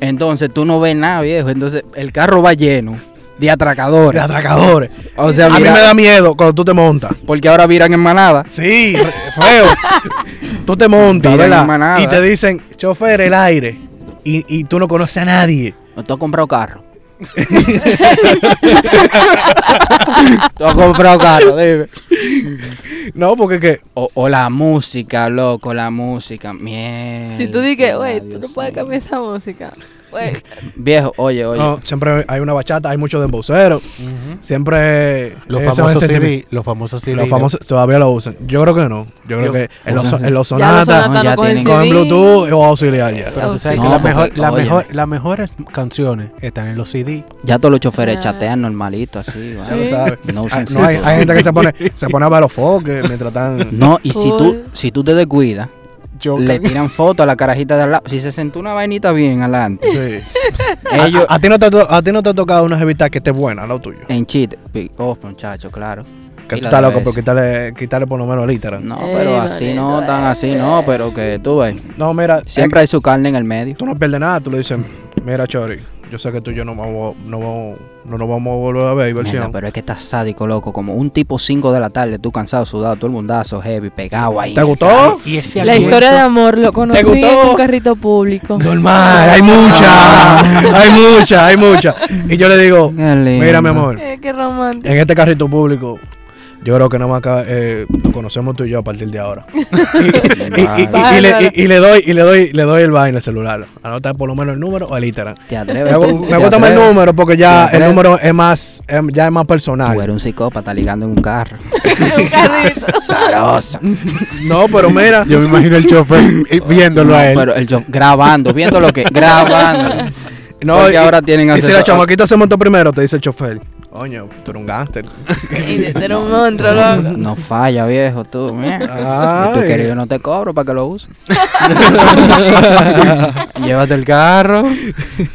Speaker 2: Entonces tú no ves nada, viejo. Entonces el carro va lleno de
Speaker 1: De
Speaker 2: atracadores.
Speaker 1: atracadores.
Speaker 2: o sea,
Speaker 1: A mí
Speaker 2: vira-
Speaker 1: me da miedo cuando tú te montas.
Speaker 2: porque ahora viran en manada.
Speaker 1: Sí, re- feo. tú te montas,
Speaker 2: Mira,
Speaker 1: ¿verdad?
Speaker 2: manada.
Speaker 1: Y te dicen, chofer, el aire. Y, y tú no conoces a nadie.
Speaker 2: No, tú has comprado carro. tú has comprado carro, dime.
Speaker 1: No, porque que.
Speaker 2: O, o la música, loco, la música. Mierda.
Speaker 3: Si tú dices, güey, tú no
Speaker 2: Dios
Speaker 3: puedes
Speaker 2: mío".
Speaker 3: cambiar esa música. Güey,
Speaker 2: Viejo, oye, oye.
Speaker 1: no, siempre hay una bachata, hay muchos dembowceros. Siempre.
Speaker 4: Los
Speaker 1: eh, se
Speaker 4: famosos
Speaker 1: van a sentir-
Speaker 4: CD. Los famosos CD.
Speaker 1: Los famosos todavía lo usan. Yo creo que no. Yo creo
Speaker 4: Yo-
Speaker 1: que en los,
Speaker 2: usan, sí.
Speaker 1: en los
Speaker 3: ya los
Speaker 1: sonatas,
Speaker 3: sonatas
Speaker 2: ya
Speaker 3: no cogen
Speaker 2: tienen-
Speaker 1: con
Speaker 3: CD.
Speaker 1: Bluetooth o auxiliar ya.
Speaker 4: Pero
Speaker 3: Oh,
Speaker 4: tú sabes
Speaker 3: sí.
Speaker 4: que
Speaker 2: No,
Speaker 4: la
Speaker 2: porque,
Speaker 4: mejor, la
Speaker 2: oye.
Speaker 4: mejor, las mejores canciones están en los CD.
Speaker 2: Ya todos los choferes
Speaker 3: Ah.
Speaker 2: chatean normalito, así.
Speaker 1: Ya lo
Speaker 2: ¿vale?
Speaker 3: Sí.
Speaker 1: sabes.
Speaker 2: No
Speaker 1: Ah,
Speaker 2: usan
Speaker 1: no, hay,
Speaker 2: cifras.
Speaker 1: hay gente que se pone, se pone a ver los foques mientras están.
Speaker 2: No, y si tú,
Speaker 3: Cool.
Speaker 2: si tú te descuidas, le tiran foto a la carajita de al lado. Si se sentó una vainita bien adelante,
Speaker 1: Sí.
Speaker 3: Ah,
Speaker 2: ellos
Speaker 1: A, a ti no te, ha to- a ti no te ha tocado una jevita que esté buena, lo tuyo.
Speaker 2: en chiste. pi- Oh, muchacho, claro.
Speaker 1: ah. Que tú
Speaker 2: Pila
Speaker 1: estás
Speaker 2: de
Speaker 1: loco
Speaker 2: veces.
Speaker 1: por quitarle, quitarle por lo menos el Instagram.
Speaker 2: No,
Speaker 3: Ey,
Speaker 2: pero así no,
Speaker 3: manito,
Speaker 2: tan así
Speaker 3: eh.
Speaker 2: no, pero que tú ves.
Speaker 1: No, mira,
Speaker 2: Siempre hay su carne en el medio.
Speaker 1: tú no pierdes nada. Tú le dices, mira, Chori, yo sé que tú y yo no vamos, no vamos, no nos vamos a volver a ver
Speaker 2: Mierda,
Speaker 1: diversión.
Speaker 2: pero es que estás sádico, loco. Como un tipo 5 de la tarde, tú cansado, sudado, todo el mundazo, heavy, pegado ahí.
Speaker 1: ¿Te gustó?
Speaker 4: Y ese
Speaker 3: La
Speaker 4: aliento-
Speaker 3: historia de amor lo conocí en
Speaker 1: gustó?
Speaker 3: un carrito público.
Speaker 1: Normal, hay mucha, hay mucha, hay mucha. Y yo le digo,
Speaker 2: Qué lindo.
Speaker 1: mira, mi amor,
Speaker 3: Eh, qué romántico.
Speaker 1: en este carrito público, yo creo que nada más acá, eh, nos conocemos tú y yo a partir de ahora. Y, y- y- y le, y- y le doy, y le doy, le doy el vaina el celular. Anota por lo menos el número o el Instagram.
Speaker 2: Te
Speaker 1: Me,
Speaker 2: atreves tú.
Speaker 1: gu- me
Speaker 2: te
Speaker 1: gusta más el
Speaker 2: atreves.
Speaker 1: número porque ya
Speaker 2: ¿Te
Speaker 1: el
Speaker 2: atreves?
Speaker 1: número es más, em, ya es más
Speaker 2: Tú
Speaker 1: personal.
Speaker 2: eres un psicópata ligando en un carro.
Speaker 3: un carrito.
Speaker 2: Zarosa.
Speaker 1: No, pero mira,
Speaker 4: Yo me imagino el chofer eh, viéndolo a él.
Speaker 2: Pero el yo- grabando, viendo lo que grabando.
Speaker 1: no,
Speaker 2: Porque
Speaker 1: y-
Speaker 2: ahora tienen
Speaker 1: Y si la
Speaker 2: acceso a-
Speaker 1: chamaquita se montó primero, te dice el chofer. Coño, tú eres un gángster.
Speaker 3: Era un monstruo, loco.
Speaker 2: No falla, viejo, tú. mira. Y tú
Speaker 1: Ay.
Speaker 2: querido, yo no te cobro para que lo uses. Llévate el carro.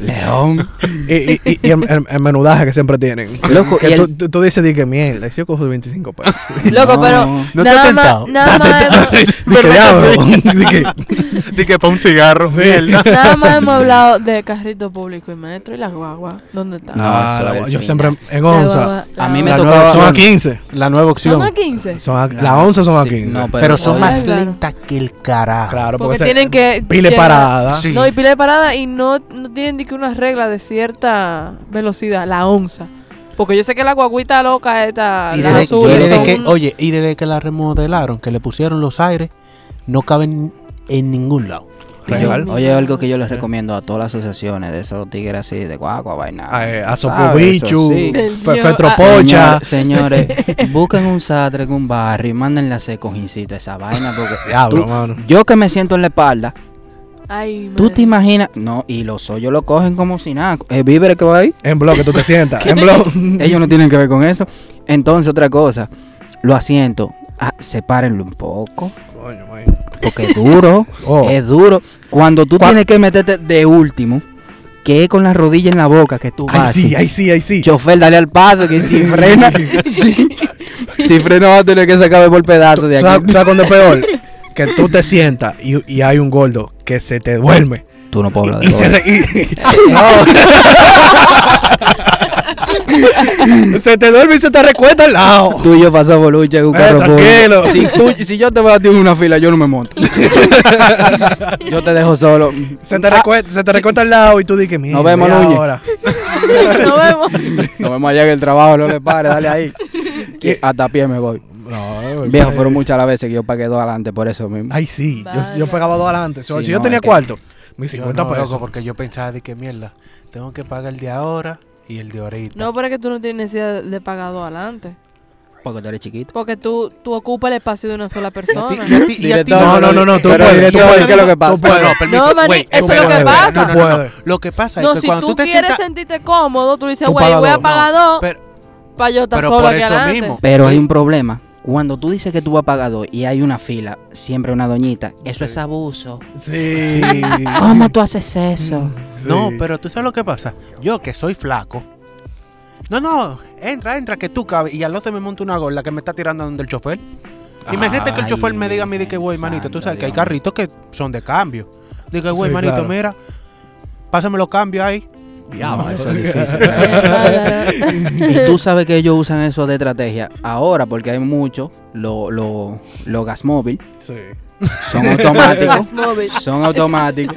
Speaker 2: León.
Speaker 1: y y, y- y el, el- el menudaje que siempre tienen.
Speaker 2: Loco,
Speaker 1: Que
Speaker 2: y
Speaker 1: tú,
Speaker 2: el-
Speaker 1: tú- tú dices, di que mierda, y si yo cojo 25 pesos.
Speaker 3: Loco,
Speaker 2: No.
Speaker 3: pero
Speaker 4: No te
Speaker 3: nada
Speaker 4: has
Speaker 3: más,
Speaker 4: tentado.
Speaker 3: nada más, hemos,
Speaker 1: Di que diablo. Di que-
Speaker 4: Di que para un cigarro. mierda.
Speaker 3: nada más hemos hablado de carrito público y metro y las guaguas. ¿Dónde están?
Speaker 2: No,
Speaker 1: Ah,
Speaker 2: eso
Speaker 1: la
Speaker 2: es
Speaker 1: gua-
Speaker 2: el
Speaker 1: yo
Speaker 2: fin.
Speaker 1: siempre en
Speaker 3: La
Speaker 1: onza.
Speaker 3: guagua, la
Speaker 2: A mí me
Speaker 1: La
Speaker 3: guagua.
Speaker 1: nueva-
Speaker 2: tocaba-
Speaker 1: son a 15.
Speaker 4: La nueva opción.
Speaker 3: ¿Son a 15?
Speaker 1: Son a- la onza son a
Speaker 2: Sí,
Speaker 1: 15.
Speaker 2: no, pues,
Speaker 4: pero, son
Speaker 3: Oye,
Speaker 4: más
Speaker 3: claro.
Speaker 4: lentas que el carajo.
Speaker 1: claro,
Speaker 3: Porque
Speaker 1: porque, se-
Speaker 3: tienen que
Speaker 1: Pile
Speaker 3: llegar-
Speaker 1: parada.
Speaker 4: Sí.
Speaker 3: No, y pila de parada y no, no tienen ni que una regla de cierta velocidad, la onza. Porque yo sé que la guaguita loca esta,
Speaker 4: Y
Speaker 3: las
Speaker 4: desde-
Speaker 3: azules,
Speaker 4: y desde
Speaker 3: son
Speaker 4: que-
Speaker 3: un-
Speaker 4: oye, y desde que la remodelaron, que le pusieron los aires, no caben en ningún lado.
Speaker 2: Y yo-
Speaker 1: Real.
Speaker 2: oye, algo que yo les recomiendo a todas las asociaciones de esos tigres así, de guagua, vaina.
Speaker 1: Ay, a
Speaker 2: ¿sabes?
Speaker 1: Sopobichu,
Speaker 2: Eso sí. Ah,
Speaker 3: Del
Speaker 1: Fe-
Speaker 3: Dios.
Speaker 1: Fetropocha.
Speaker 2: Señor- señores, busquen un sastre en un barrio y mándenle a hacer cojincito a esa vaina. Porque
Speaker 1: Diablo,
Speaker 2: tú-
Speaker 1: mano.
Speaker 2: yo que me siento en la espalda,
Speaker 3: Ay,
Speaker 2: tú te
Speaker 3: madre.
Speaker 2: imaginas. No, y los hoyos lo cogen como si nada. El víver que va ahí,
Speaker 1: En bloque tú te sientas. en bloque.
Speaker 2: ellos no tienen que ver con eso. Entonces, otra cosa, los asientos, ah, sepárenlo un poco.
Speaker 1: Coño, man.
Speaker 2: Porque es duro,
Speaker 1: Oh.
Speaker 2: es duro. Cuando tú
Speaker 1: Cua-
Speaker 2: tienes que meterte de último, que es con la rodilla en la boca que tú vas.
Speaker 1: Ahí sí,
Speaker 2: así.
Speaker 1: ahí sí, ahí sí.
Speaker 2: Chofer, dale al paso, que si frena, si, si frena va a tener que sacarme por pedazos de
Speaker 1: ¿Sabes
Speaker 2: aquí.
Speaker 1: sabes cuándo es peor? Que tú te sientas y, y hay un gordo que se te duerme.
Speaker 2: Tú no puedes hablar
Speaker 1: Y
Speaker 2: Oh, de
Speaker 1: se, re-
Speaker 2: gordo.
Speaker 1: y- No. Se te duerme y se te recuerda al lado.
Speaker 2: Tú y yo pasamos lucha en un
Speaker 1: Eh,
Speaker 2: carro
Speaker 1: tranquilo.
Speaker 2: público. Si, tú- si yo te voy a ti en una fila, yo no me monto. yo te dejo solo.
Speaker 1: Se te,
Speaker 2: Ah,
Speaker 1: recuerda, se te recuerda al lado y tú dices, mira,
Speaker 2: Nos vemos,
Speaker 1: ¿y
Speaker 2: Núñez".
Speaker 1: ahora.
Speaker 3: Nos vemos.
Speaker 2: Ah, Nos vemos allá en el trabajo, no le pares, dale ahí. Que hasta a pie me voy.
Speaker 1: No,
Speaker 2: Viejo,
Speaker 1: eh,
Speaker 2: fueron muchas las veces que yo pagué dos adelante por eso mismo.
Speaker 1: Ay, sí. Yo, yo
Speaker 3: Vaya.
Speaker 1: pegaba dos adelante. Si
Speaker 2: Sí,
Speaker 1: yo
Speaker 2: no,
Speaker 1: tenía
Speaker 2: es que-
Speaker 1: cuarto, mis
Speaker 4: Yo
Speaker 1: 50
Speaker 4: no,
Speaker 1: pesos.
Speaker 4: loco, porque yo pensaba de que mierda, tengo que pagar el de ahora y el de ahorita.
Speaker 3: No, pero es que tú no tienes necesidad de pagar dos adelante.
Speaker 2: Porque tú eres chiquito.
Speaker 3: Porque tú, tú ocupas el espacio de una sola persona.
Speaker 1: Director, no, no, no, no, tú puedes, tú puedes, ¿qué es lo que pasa?
Speaker 4: Bueno,
Speaker 1: No,
Speaker 4: permiso,
Speaker 3: maní,
Speaker 4: wait,
Speaker 3: eso
Speaker 1: es lo
Speaker 4: wait, wait,
Speaker 1: que
Speaker 4: wait,
Speaker 1: pasa.
Speaker 4: No, no, no,
Speaker 1: Puede.
Speaker 4: no. Lo que pasa es
Speaker 3: No,
Speaker 4: que
Speaker 3: si
Speaker 4: cuando
Speaker 3: tú
Speaker 4: tú te
Speaker 3: quieres
Speaker 4: sientas...
Speaker 3: sentirte cómodo, tú dices,
Speaker 1: Tú
Speaker 3: güey,
Speaker 1: pagas
Speaker 3: voy a
Speaker 1: dos".
Speaker 3: pagar dos
Speaker 4: Pero,
Speaker 3: para yo estar
Speaker 4: pero
Speaker 3: solo
Speaker 4: por
Speaker 3: aquí
Speaker 4: eso
Speaker 3: adelante.
Speaker 4: mismo.
Speaker 2: Pero hay un problema. Cuando tú dices que tú vas a pagar dos y hay una fila, siempre una doñita, eso es abuso. Mm.
Speaker 1: Sí.
Speaker 2: ¿Cómo tú haces eso?
Speaker 1: Sí.
Speaker 4: No, pero tú sabes lo que pasa. Yo que soy flaco. No, no, entra, entra, que tú cabes. Y al otro me monta una gorla que me está tirando donde el chofer. Imagínate que el
Speaker 2: Ay,
Speaker 4: chofer me diga a mí de que, güey,
Speaker 2: santo
Speaker 4: manito, tú sabes que hay
Speaker 2: Dios.
Speaker 4: carritos que son de cambio. Digo, güey,
Speaker 1: Sí,
Speaker 4: manito,
Speaker 1: claro.
Speaker 4: mira, pásame los cambios ahí.
Speaker 1: Diablo.
Speaker 2: No, eso es difícil.
Speaker 3: Claro, claro.
Speaker 2: Y tú sabes que ellos usan eso de estrategia ahora porque hay muchos, los lo, lo gas móvil,
Speaker 1: Sí.
Speaker 2: son automáticos,
Speaker 3: Las móviles.
Speaker 2: son automáticos.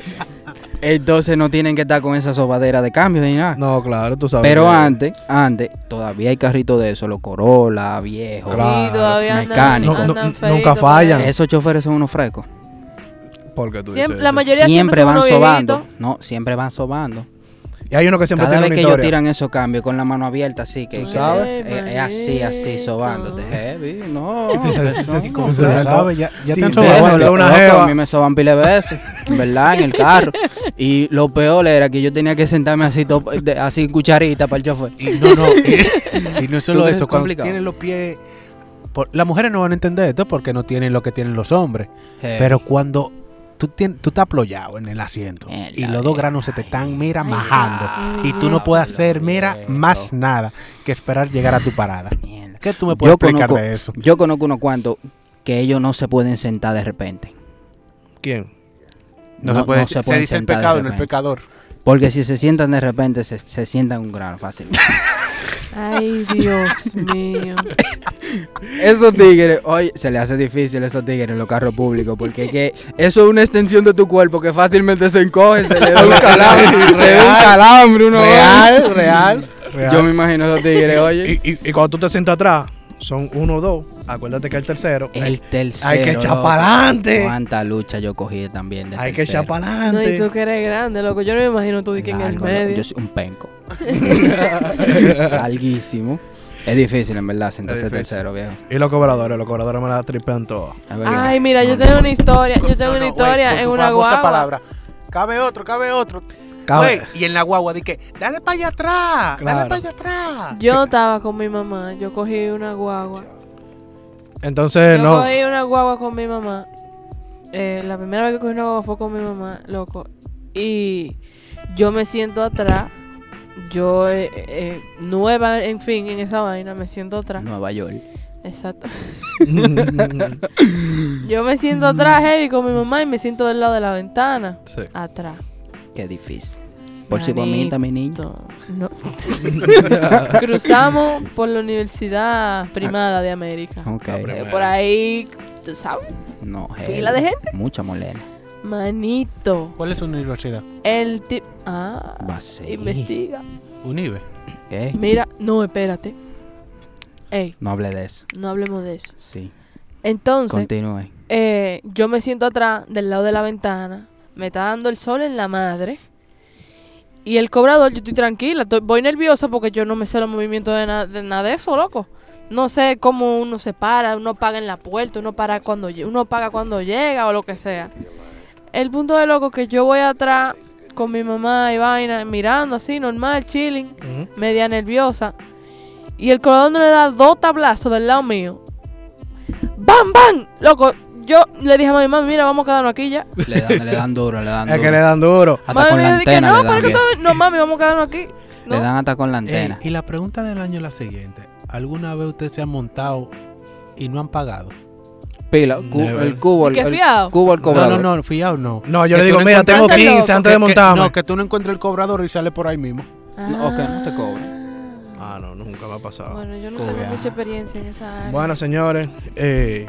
Speaker 2: Entonces no tienen que estar con esa sobadera de cambios ni nada.
Speaker 1: No, claro, tú sabes.
Speaker 2: Pero
Speaker 1: que-
Speaker 2: antes, antes, todavía hay carritos de eso, los Corolla, viejos.
Speaker 1: Claro.
Speaker 3: sí, todavía andan,
Speaker 2: mecánico.
Speaker 3: andan
Speaker 1: No, no,
Speaker 3: feitos
Speaker 1: nunca
Speaker 3: por
Speaker 1: fallan.
Speaker 3: ahí.
Speaker 2: Esos choferes son unos frescos.
Speaker 1: Porque tú
Speaker 3: Siempre-
Speaker 1: dices
Speaker 3: la
Speaker 1: eso.
Speaker 3: mayoría-
Speaker 2: Siempre,
Speaker 3: siempre son
Speaker 2: van
Speaker 3: unos
Speaker 2: sobando.
Speaker 3: viejitos.
Speaker 2: No, siempre van sobando.
Speaker 1: Y hay uno que siempre
Speaker 2: Cada
Speaker 1: tiene
Speaker 2: vez
Speaker 1: una
Speaker 2: que ellos
Speaker 1: historia.
Speaker 2: tiran esos cambios con la mano abierta, así que,
Speaker 1: Tú
Speaker 2: que
Speaker 1: sabes.
Speaker 2: es- es así, así,
Speaker 3: Manito.
Speaker 2: sobándote. Heavy, no.
Speaker 1: Sí, sí,
Speaker 2: que
Speaker 1: sí,
Speaker 2: son
Speaker 1: sí, sí,
Speaker 2: unos
Speaker 1: sí, sí,
Speaker 2: flacos.
Speaker 1: ¿sabes? Ya- ya
Speaker 4: Sí,
Speaker 1: te han
Speaker 4: sí,
Speaker 2: Sí,
Speaker 1: sobado,
Speaker 2: eso,
Speaker 1: te
Speaker 2: lo-
Speaker 1: una
Speaker 2: loco,
Speaker 1: jeva.
Speaker 2: a mí me soban pile veces, ¿verdad? En el carro. Y lo peor era que yo tenía que sentarme así, to- de- así en cucharita para el chofer.
Speaker 4: Y no, no. Y, y no
Speaker 2: ¿Tú
Speaker 4: solo
Speaker 2: crees
Speaker 4: eso, cuando
Speaker 2: complicado?
Speaker 4: tienen los pies. por- las mujeres no van a entender esto porque no tienen lo que tienen los hombres. Pero cuando tú, tien- tú estás apoyado en el asiento
Speaker 2: En
Speaker 4: y
Speaker 2: la
Speaker 4: los dos granos se te
Speaker 2: vida.
Speaker 4: están, mira,
Speaker 2: Ay,
Speaker 4: majando y tú
Speaker 2: diablo,
Speaker 4: no puedes hacer, mira,
Speaker 2: viejo.
Speaker 4: más nada que esperar llegar a tu parada.
Speaker 2: Mierda.
Speaker 4: ¿Qué tú me puedes
Speaker 2: yo,
Speaker 4: explicar
Speaker 2: conozco,
Speaker 4: de eso?
Speaker 2: yo conozco unos cuantos que ellos no se pueden sentar de repente.
Speaker 1: ¿Quién?
Speaker 4: No, se puede, se,
Speaker 2: pueden
Speaker 4: dice el
Speaker 2: sentar de
Speaker 4: pecado, no el
Speaker 2: repente.
Speaker 4: pecador.
Speaker 2: Porque si se sientan de repente, se, se sientan un grano fácil.
Speaker 3: Ay, Dios mío.
Speaker 2: esos tigres, oye, se le hace difícil esos tigres en los carros públicos. Porque es que eso es una extensión de tu cuerpo que fácilmente se encoge, se le da un calambre, le da un calambre, uno
Speaker 1: Real, real, real.
Speaker 2: Yo me imagino esos tigres, oye.
Speaker 1: Y, y- y cuando tú te sientas atrás, son uno o dos. Acuérdate que el tercero.
Speaker 2: El tercero.
Speaker 1: hay que echar
Speaker 2: loco.
Speaker 1: para adelante.
Speaker 2: Cuánta lucha yo cogí también. del
Speaker 1: Hay que
Speaker 2: tercero.
Speaker 1: echar para
Speaker 3: No, y
Speaker 1: adelante.
Speaker 3: tú que eres grande, loco. Yo no me imagino tú de que en el
Speaker 2: Largo, loco.
Speaker 3: medio.
Speaker 2: Yo soy un penco. Larguísimo. Es difícil, en verdad, sentarse
Speaker 1: Es difícil.
Speaker 2: tercero, viejo.
Speaker 1: Y los cobradores, los cobradores me la tripean todas.
Speaker 2: Es verdad.
Speaker 3: Ay, mira, yo tengo una historia. Yo tengo
Speaker 4: No,
Speaker 3: una
Speaker 4: no,
Speaker 3: historia en
Speaker 4: güey, con tu
Speaker 3: una
Speaker 4: famosa
Speaker 3: guagua.
Speaker 4: palabra. Cabe otro, cabe otro.
Speaker 1: Cabe-
Speaker 4: Güey, y en la guagua dije, dale para allá atrás,
Speaker 1: Claro.
Speaker 4: dale para allá atrás.
Speaker 3: Yo estaba con mi mamá, yo cogí una guagua.
Speaker 1: Entonces,
Speaker 3: yo
Speaker 1: Eh, no.
Speaker 3: cogí una guagua con mi mamá. Eh, la primera vez que cogí una guagua fue con mi mamá, loco. Y yo me siento atrás. Yo, eh, eh, nueva, en fin, en esa vaina, me siento atrás.
Speaker 2: Nueva York.
Speaker 3: Exacto.
Speaker 4: Mm.
Speaker 3: Yo me siento atrás, heavy, con mi mamá y me siento del lado de la ventana.
Speaker 1: Sí.
Speaker 3: Atrás.
Speaker 2: Qué difícil. Por si vomita mi niño.
Speaker 3: Manito, no. Cruzamos por la Universidad Primada de América.
Speaker 2: Ok.
Speaker 1: Ah,
Speaker 3: Eh,
Speaker 1: pero-
Speaker 3: por ahí, tú sabes,
Speaker 2: No, hey.
Speaker 3: pila de gente.
Speaker 2: Mucha molena.
Speaker 3: Manito,
Speaker 4: ¿Cuál es su universidad?
Speaker 3: el tip. Ah,
Speaker 2: Va a ser.
Speaker 3: investiga.
Speaker 4: Unive.
Speaker 2: ¿Qué?
Speaker 3: Mira, no, espérate. Ey,
Speaker 2: No hable de eso.
Speaker 3: no hablemos de eso.
Speaker 2: Sí.
Speaker 3: Entonces,
Speaker 2: Continúe.
Speaker 3: eh, yo me siento atrás, del lado de la ventana. Me está dando el sol en la madre. Y el cobrador, yo estoy tranquila. estoy- voy nerviosa porque yo no me sé los movimientos de, na- de nada de eso, loco. No sé cómo uno se para, uno paga en la puerta, uno, para cuando, lle- uno paga cuando llega o lo que sea. El punto de loco que yo voy atrás con mi mamá y vaina, mirando así, normal, chilling
Speaker 1: Ujú.
Speaker 3: media nerviosa. Y el colador no le da dos tablazos del lado mío. ¡Bam, bam! Loco, yo le dije a mi mamá, mira, vamos a quedarnos aquí ya.
Speaker 2: Le dan, le dan duro, le dan duro.
Speaker 1: Es que le dan duro.
Speaker 2: Hasta
Speaker 3: Mami
Speaker 2: con
Speaker 3: me
Speaker 2: la
Speaker 3: dijo que
Speaker 2: antena
Speaker 3: no,
Speaker 2: le dan.
Speaker 3: pero que todavía- no, mami, vamos a quedarnos aquí.
Speaker 2: Le
Speaker 3: No.
Speaker 2: dan hasta con la antena.
Speaker 4: y la pregunta del año es la siguiente. ¿Alguna vez usted se ha montado y no han pagado?
Speaker 2: Pila, cu-
Speaker 1: Never.
Speaker 2: el cubo, el,
Speaker 3: ¿Y qué
Speaker 2: el
Speaker 3: fiado?
Speaker 2: cubo, el cobrador.
Speaker 4: No, no, no, fiado no.
Speaker 1: No, yo le
Speaker 4: Que tú
Speaker 1: digo,
Speaker 4: no
Speaker 1: mira, tengo
Speaker 3: encuentras-
Speaker 1: 15 antes de
Speaker 4: Que- que-
Speaker 1: montarme.
Speaker 4: no, que tú no encuentres el cobrador y sale por ahí mismo.
Speaker 2: No, ok, no te cobro.
Speaker 3: Ah.
Speaker 1: Ah, no, nunca me ha pasado. Bueno,
Speaker 3: Bueno, yo no
Speaker 4: Cobra.
Speaker 3: tengo mucha experiencia en esa área.
Speaker 1: señores, eh,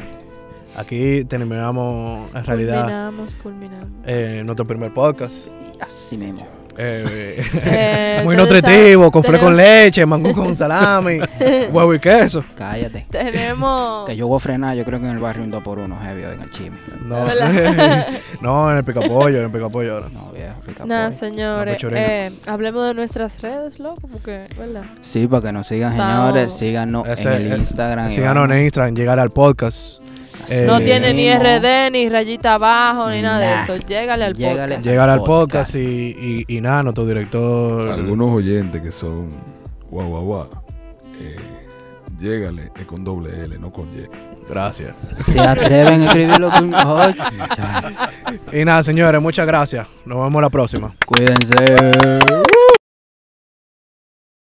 Speaker 1: aquí terminamos en realidad
Speaker 3: Culminamos, culminamos.
Speaker 1: eh, nuestro primer podcast.
Speaker 2: Y Así mismo.
Speaker 1: Eh,
Speaker 3: Eh,
Speaker 1: muy
Speaker 3: entonces,
Speaker 1: nutritivo, con fle con
Speaker 3: tenemos-
Speaker 1: leche, mangú con salami, huevo y queso.
Speaker 2: Cállate.
Speaker 3: Tenemos...
Speaker 2: Que yo voy a frenar, yo creo que en el barrio un 2x1 heavy hoy en el chisme.
Speaker 1: No,
Speaker 3: Hola.
Speaker 1: no en el picapollo, en el picapollo ahora.
Speaker 2: No, viejo, pica
Speaker 3: Nada,
Speaker 2: pollo.
Speaker 3: señores.
Speaker 1: pechorina.
Speaker 3: eh, hablemos de nuestras redes, loco, porque, ¿verdad?
Speaker 2: Sí, para que nos sigan,
Speaker 3: Vamos.
Speaker 2: señores. Síganos
Speaker 1: Ese-
Speaker 2: en
Speaker 1: eh,
Speaker 2: el Instagram. y
Speaker 1: Síganos
Speaker 2: vamos.
Speaker 1: en Instagram, llegar al podcast. Eh,
Speaker 3: No tiene ni
Speaker 2: mismo.
Speaker 3: RD, ni rayita abajo, ni nada de
Speaker 2: Nah.
Speaker 3: eso. Llégale al
Speaker 2: Llégale.
Speaker 3: podcast.
Speaker 1: Llegar al podcast,
Speaker 2: Podcast.
Speaker 1: y, y, y nada, nuestro director.
Speaker 5: Algunos oyentes que son guau guau guau. Eh, llégale es con doble L, no con Y.
Speaker 1: Gracias.
Speaker 2: Se atreven a escribirlo con. Ay, muchachos.
Speaker 1: Y nada, señores, muchas gracias. Nos vemos la próxima.
Speaker 2: Cuídense.